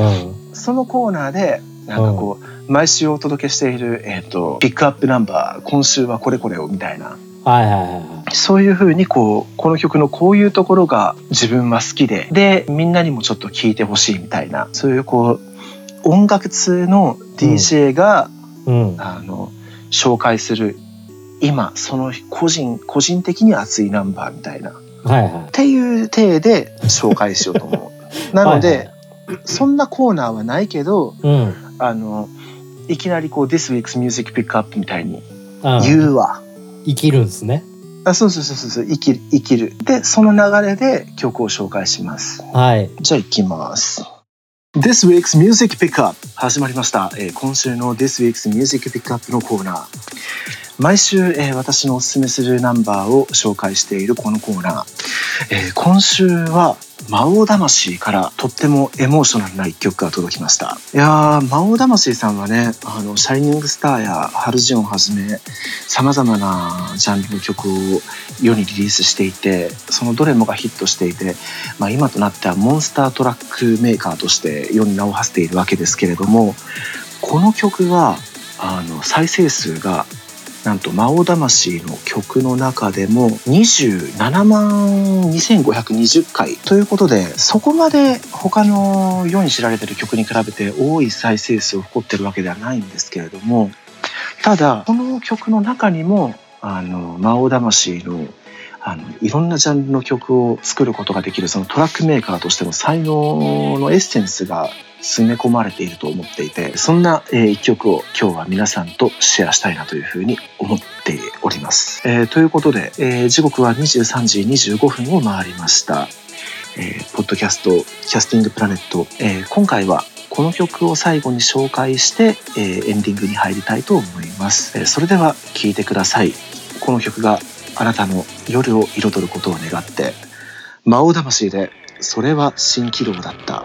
Speaker 3: ん。
Speaker 1: そのコーナーでなんかこう毎週お届けしている、えっとピックアップナンバー今週はこれこれをみたいな
Speaker 3: はいはいはいは
Speaker 1: そういうふうにこうこの曲のこういうところが自分は好きででみんなにもちょっと聴いてほしいみたいなそういうこう音楽通の DJ が、
Speaker 3: い。うん。
Speaker 1: あの紹介する今その個人個人的に熱いナンバーみたいなっ
Speaker 3: はいは
Speaker 1: ていう体で紹介しようと思う
Speaker 3: い。
Speaker 1: なので、
Speaker 3: はいはい、
Speaker 1: そんなコーナーはないけど
Speaker 3: うん。
Speaker 1: あのいきなりこう「This Week's Music Pick Up」みたいに
Speaker 3: あ
Speaker 1: 言うわ、
Speaker 3: 生きるんですね。
Speaker 1: あそうそうそうそう生きる生きるでその流れで曲を紹介します
Speaker 3: はい。
Speaker 1: じゃあ行きます。This week's music pickup 始まりました、えー今週の This week's music pickup のコーナー。毎週、えー私のおすすめするナンバーを紹介しているこのコーナー。えー今週は魔王魂からとってもエモーショナルな一曲が届きました。いやー、魔王魂さんはね、あの、シャイニングスターやハルジオンをはじめ、様々なジャンルの曲を世にリリースしていて、そのどれもがヒットしていて、まあ、今となってはモンスタートラックメーカーとして世に名を馳せているわけですけれどもこの曲はあの再生数がなんと「魔王魂」の曲の中でも27万2520回ということでそこまで他の世に知られている曲に比べて多い再生数を誇ってるわけではないんですけれどもただこの曲の中にもあの魔王魂のあのいろんなジャンルの曲を作ることができるそのトラックメーカーとしての才能のエッセンスが詰め込まれていると思っていてそんな、えー一曲を今日は皆さんとシェアしたいなというふうに思っております。えーということで、えー時刻は23時25分を回りました。えーポッドキャスト「キャスティングプラネット」えー今回はこの曲を最後に紹介して、えーエンディングに入りたいと思います、えーそれでは聴いてくださいこの曲があなたの夜を彩ることを願って魔王魂でそれは蜃気楼だった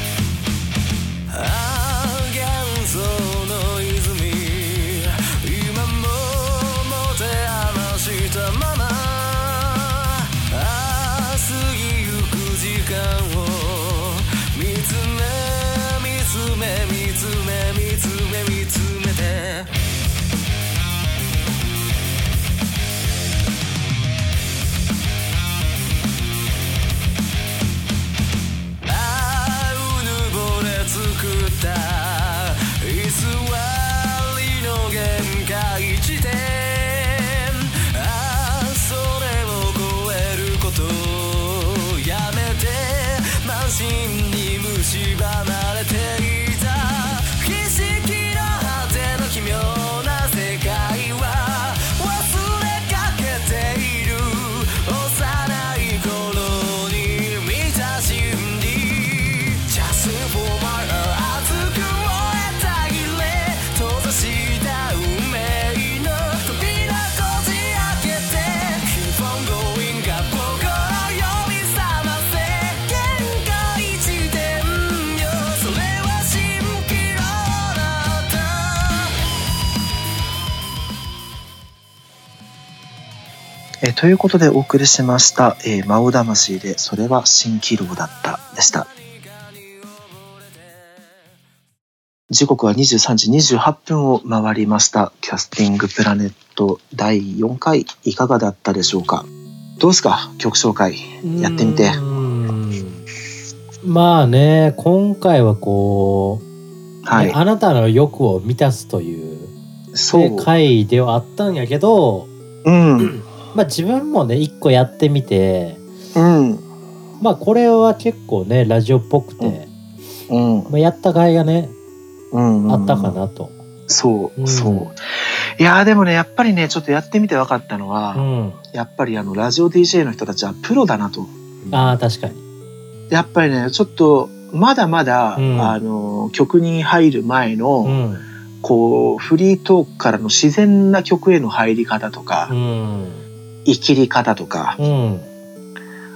Speaker 2: 「あ元祖の泉」「今も持て余したまま」「あ過ぎゆく時間を
Speaker 1: えーということでお送りしました「えー、魔王魂でそれは蜃気楼だった」でした時刻は23時28分を回りましたキャスティングプラネット第4回いかがだったでしょうかどうですか曲紹介やってみて
Speaker 3: うーんまあね今回はこう、
Speaker 1: は
Speaker 3: ね
Speaker 1: い
Speaker 3: あなたの欲を満たすという、
Speaker 1: そ
Speaker 3: ね
Speaker 1: う、
Speaker 3: 回ではあったんやけど、
Speaker 1: うん
Speaker 3: まあ、自分もね一個やってみて
Speaker 1: うん
Speaker 3: まあこれは結構ねラジオっぽくて、
Speaker 1: うんうん
Speaker 3: まあ、やった甲斐がね
Speaker 1: うんうん
Speaker 3: あったかなと。
Speaker 1: そう、
Speaker 3: うん
Speaker 1: そういやーでもねやっぱりねちょっとやってみて分かったのは、
Speaker 3: うん、
Speaker 1: やっぱりあのラジオ DJ の人たちはプロだなと
Speaker 3: ああ確かに。
Speaker 1: やっぱりねちょっとまだまだ、
Speaker 3: うん
Speaker 1: あの曲に入る前
Speaker 3: う
Speaker 1: の、
Speaker 3: ん
Speaker 1: こうフリートークからの自然な曲への入り方とか、
Speaker 3: うん
Speaker 1: いきり方とか、
Speaker 3: うん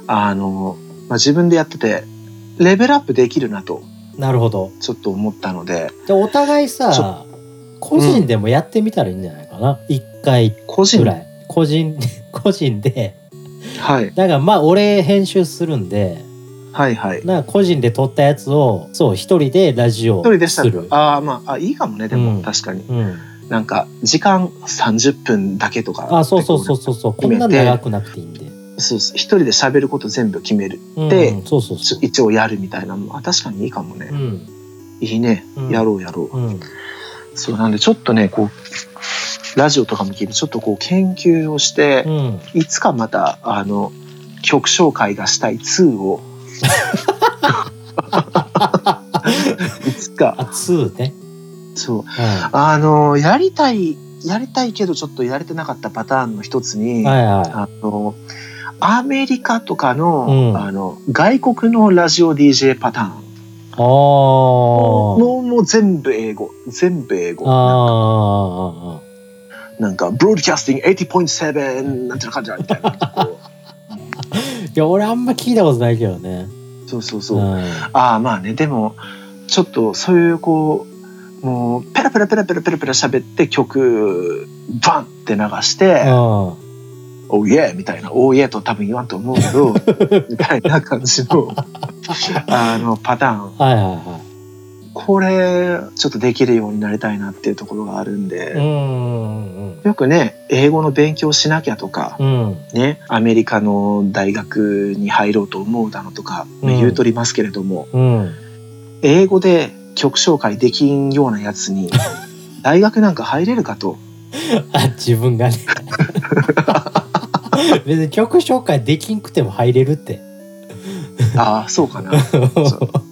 Speaker 1: あの、まあ、自分でやっててレベルアップできるなと
Speaker 3: なるほど。
Speaker 1: ちょっと思ったので
Speaker 3: でお互い
Speaker 1: ち
Speaker 3: さ個人でもやってみたらいいんじゃないかな、一回
Speaker 1: 個人
Speaker 3: ぐらい個人 個人で
Speaker 1: はい
Speaker 3: なんかまあ俺編集するんで
Speaker 1: はいはい一
Speaker 3: なんか個人で撮ったやつをそう一人でラジオ
Speaker 1: 人でした
Speaker 3: する
Speaker 1: らああまああいいかもねでも、
Speaker 3: うん
Speaker 1: 確かに
Speaker 3: うん、
Speaker 1: なんか時間30分だけとか
Speaker 3: あそうそうそうそうそうこ
Speaker 1: 決
Speaker 3: ん
Speaker 1: めて
Speaker 3: な長くなくていいんで、
Speaker 1: そうそう一人で喋ること全部決める
Speaker 3: うん、
Speaker 1: で
Speaker 3: そうそう
Speaker 1: ち
Speaker 3: そ
Speaker 1: ょ
Speaker 3: う
Speaker 1: 一応やるみたいなのあ確かにいいかもね、
Speaker 3: うん
Speaker 1: いいね
Speaker 3: うん
Speaker 1: やろうやろう、
Speaker 3: うん
Speaker 1: そうなんでちょっとねこうラジオとかも聞いてちょっとこう研究をして
Speaker 3: う、ん
Speaker 1: いつかまたあの曲紹介がしたい2をいつか
Speaker 3: あ2ね、
Speaker 1: そう
Speaker 3: は
Speaker 1: あのやりたいやりたいけどちょっとやれてなかったパターンの一つ
Speaker 3: い、
Speaker 1: に、
Speaker 3: はいは
Speaker 1: あのアメリカとかの,、
Speaker 3: うん
Speaker 1: あの外国のラジオ DJ パターン
Speaker 3: いあー
Speaker 1: もうもう全部英語全部英語
Speaker 3: あー
Speaker 1: なんか「ブロードキャスティング80.7」なんていう感じだみたいな こ
Speaker 3: いや俺あんま聞いたことないけどね
Speaker 1: うそうそうそう、
Speaker 3: ん
Speaker 1: ああまあねでもちょっとそういうこうもうペラペラペラペラペラペラ喋って曲バンって流して
Speaker 3: うん
Speaker 1: 「おいえ」みたいな「おいえ」と多分言わんと思うけ どみたいな感じのあのパターン
Speaker 3: はいはい
Speaker 1: これちょっとできるようになりたいなっていうところがあるん
Speaker 3: はい。う
Speaker 1: で、
Speaker 3: んうん
Speaker 1: よくね英語の勉強しなきゃとか、
Speaker 3: うん。うん。
Speaker 1: ね、アメリカの大学に入ろうと思うだのとか、
Speaker 3: うん
Speaker 1: 言うとりますけれども
Speaker 3: うん。
Speaker 1: 英語で曲紹介できんようなやつ に大学なんか入れるかと
Speaker 3: あ、自分がね。 別に曲紹介できんくても入れるって。
Speaker 1: ああそうかな そう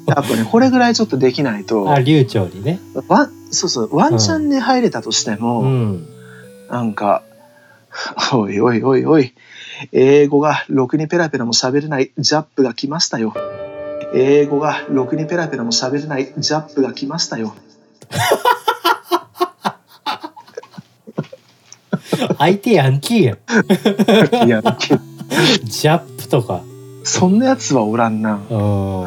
Speaker 1: やっぱねこれぐらいちょっとできないと
Speaker 3: あ、流暢にね。
Speaker 1: ワンそうそうワンチャンで入れたとしても、
Speaker 3: うん。
Speaker 1: なんか 「おいおいおいおい英語がろくにペラペラも喋れないジャップが来ましたよ」英語がろくにペラペラも喋れないジャップが来ましたよ。
Speaker 3: 相手ヤンキーやん。
Speaker 1: いや、け
Speaker 3: ジャップとか。
Speaker 1: そんなやつはおらんな。
Speaker 3: うん。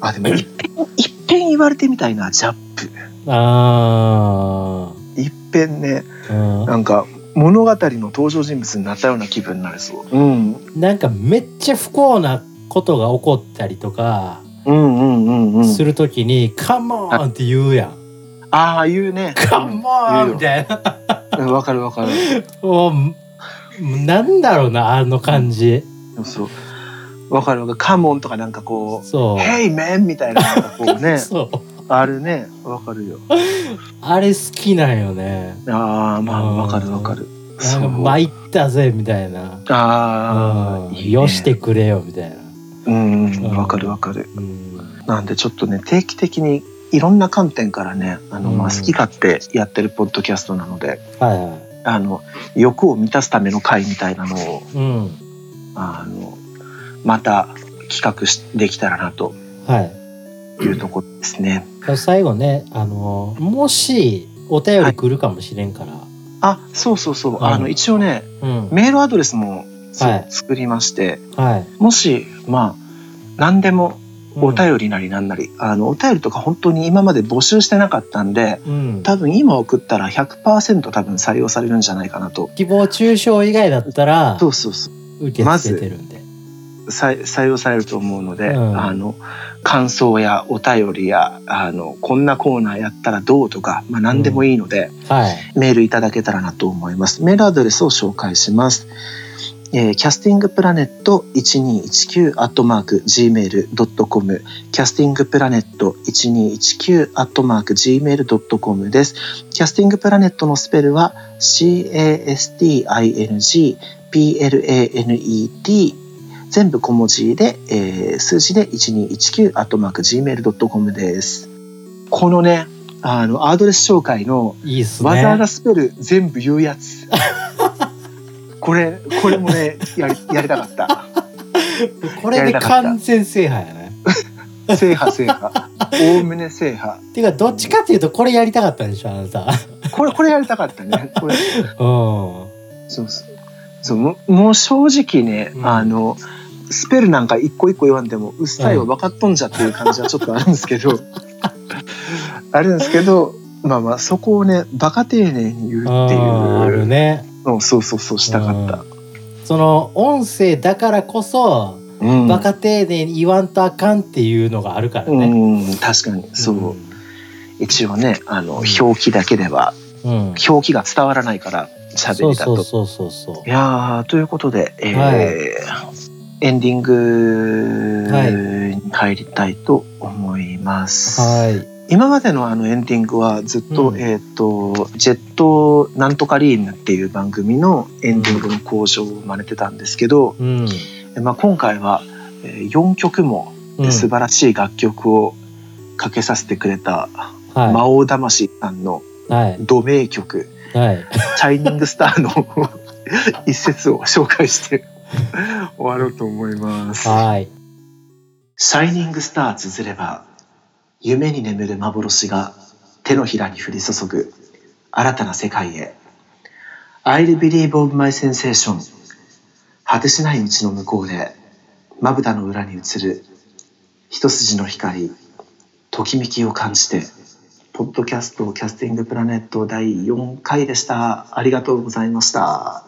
Speaker 1: あ、でもいっぺん、いっぺん言われてみたいな、ジャップ。
Speaker 3: あ
Speaker 1: いっぺんね、
Speaker 3: ー。
Speaker 1: なんか物語の登場人物になったような気分になれそう。うん。うん
Speaker 3: うん。なんかめっちゃ不幸なことが起こったりとか
Speaker 1: うんうんうん。
Speaker 3: するときに、カモーンって言うや ん。
Speaker 1: ああ、言うね。
Speaker 3: カモーンみたいな。
Speaker 1: うんわかるわかる。
Speaker 3: もうなんだろうなあの感じ、
Speaker 1: そう。わかるわかる。カモンとかなんかこ、
Speaker 3: そうう、
Speaker 1: ヘイメンみたいななんかこうね、
Speaker 3: そう
Speaker 1: あるね。わかるよ。
Speaker 3: あれ好きなんよね
Speaker 1: ああ、ま
Speaker 3: う
Speaker 1: あ
Speaker 3: ん
Speaker 1: わかるわかる。
Speaker 3: なんか参ったぜみたいな
Speaker 1: ああ、
Speaker 3: うん
Speaker 1: いいね
Speaker 3: よして。くれよみたいな、
Speaker 1: うんうん、わかるわかる。
Speaker 3: うん、
Speaker 1: なんでちょっとね定期的にいろんな観点からねあの、まあ、
Speaker 3: うん
Speaker 1: 好き勝手やってるポッドキャストなので、
Speaker 3: はいはい
Speaker 1: あの欲を満たすための会みたいなのを
Speaker 3: うん
Speaker 1: あのまた企画しできたらなと
Speaker 3: はい
Speaker 1: いうところですね。
Speaker 3: 最後ねあのもしお便り来るかもしれんから、
Speaker 1: あそうそうそう、
Speaker 3: うん
Speaker 1: あの一応ね
Speaker 3: うん
Speaker 1: メールアドレスも、そう
Speaker 3: はい
Speaker 1: 作りまして
Speaker 3: はい
Speaker 1: もしまあ何でも
Speaker 3: う
Speaker 1: お便りなりなんなり、あのお便りとか本当に今まで募集してなかったんで
Speaker 3: うん、
Speaker 1: 多分今送ったら100%多分採用されるんじゃないかなと
Speaker 3: 誹謗中傷以外だったら
Speaker 1: そうそうそう
Speaker 3: 受け付けてるんで、
Speaker 1: 採採用されると思うので、
Speaker 3: うん
Speaker 1: あの感想やお便りやあのこんなコーナーやったらどうとか、まあ、何でもいいので、
Speaker 3: はい
Speaker 1: メールいただけたらなと思います。メールアドレスを紹介します。えー、キャスティングプラネット1219アットマーク gmail.com キャスティングプラネット1219アットマーク gmail.com です。キャスティングプラネットのスペルは casting planet 全部小文字で、えー数字で1219アットマーク gmail.com です。このね、あの、アドレス紹介の
Speaker 3: いいっすね
Speaker 1: わざわざスペル全部言うやつ これこれもねやりやりたかった
Speaker 3: これで完全制覇やね
Speaker 1: 制覇制覇おおむね制覇
Speaker 3: ていうかどっちかっていうとこれやりたかったんでしょ あなた
Speaker 1: これこれやりたかったねこれ
Speaker 3: う
Speaker 1: そうそうそうもうもう正直ね、
Speaker 3: うん
Speaker 1: あのスペルなんか一個一個言わんでもうっさいは分かっとんじゃっていう感じはちょっとあるんですけ ど、あるんですけどまあまあそこをねバカ丁寧に言うっ
Speaker 3: ん
Speaker 1: ていう
Speaker 3: あるね
Speaker 1: うんそうそうそうしたかった、
Speaker 3: その音声だからこそ、
Speaker 1: うん
Speaker 3: バカ丁寧に言わんとあかんっていうのがあるからね、
Speaker 1: うん確かにそう、一応ねあの表記だけでは
Speaker 3: うん、うん、
Speaker 1: 表記が伝わらないから喋りだと。
Speaker 3: そうそうそうそうそう
Speaker 1: いやーということで、えー
Speaker 3: は
Speaker 1: エンディングに入りたいと思います。
Speaker 3: はい
Speaker 1: 今までのあのエンディングはずっと、
Speaker 3: うん
Speaker 1: えっ、とジェットなんとかリーヌっていう番組のエンディングの工場を真似てたんですけど、
Speaker 3: うん
Speaker 1: まあ今回は4曲も
Speaker 3: うん
Speaker 1: 素晴らしい楽曲をかけさせてくれた魔
Speaker 3: は
Speaker 1: 王魂さんの
Speaker 3: いはい
Speaker 1: 同名曲
Speaker 3: はい
Speaker 1: 「シャイニングスター」の 一節を紹介して終わろうと思います。
Speaker 3: はい
Speaker 1: シャイニングスター綴れば夢に眠る幻が手のひらに降り注ぐ新たな世界へ I'll believe of my sensation 果てしない道の向こうでまぶたの裏に映る一筋の光ときめきを感じてポッドキャストキャスティングプラネット第4回でしたありがとうございました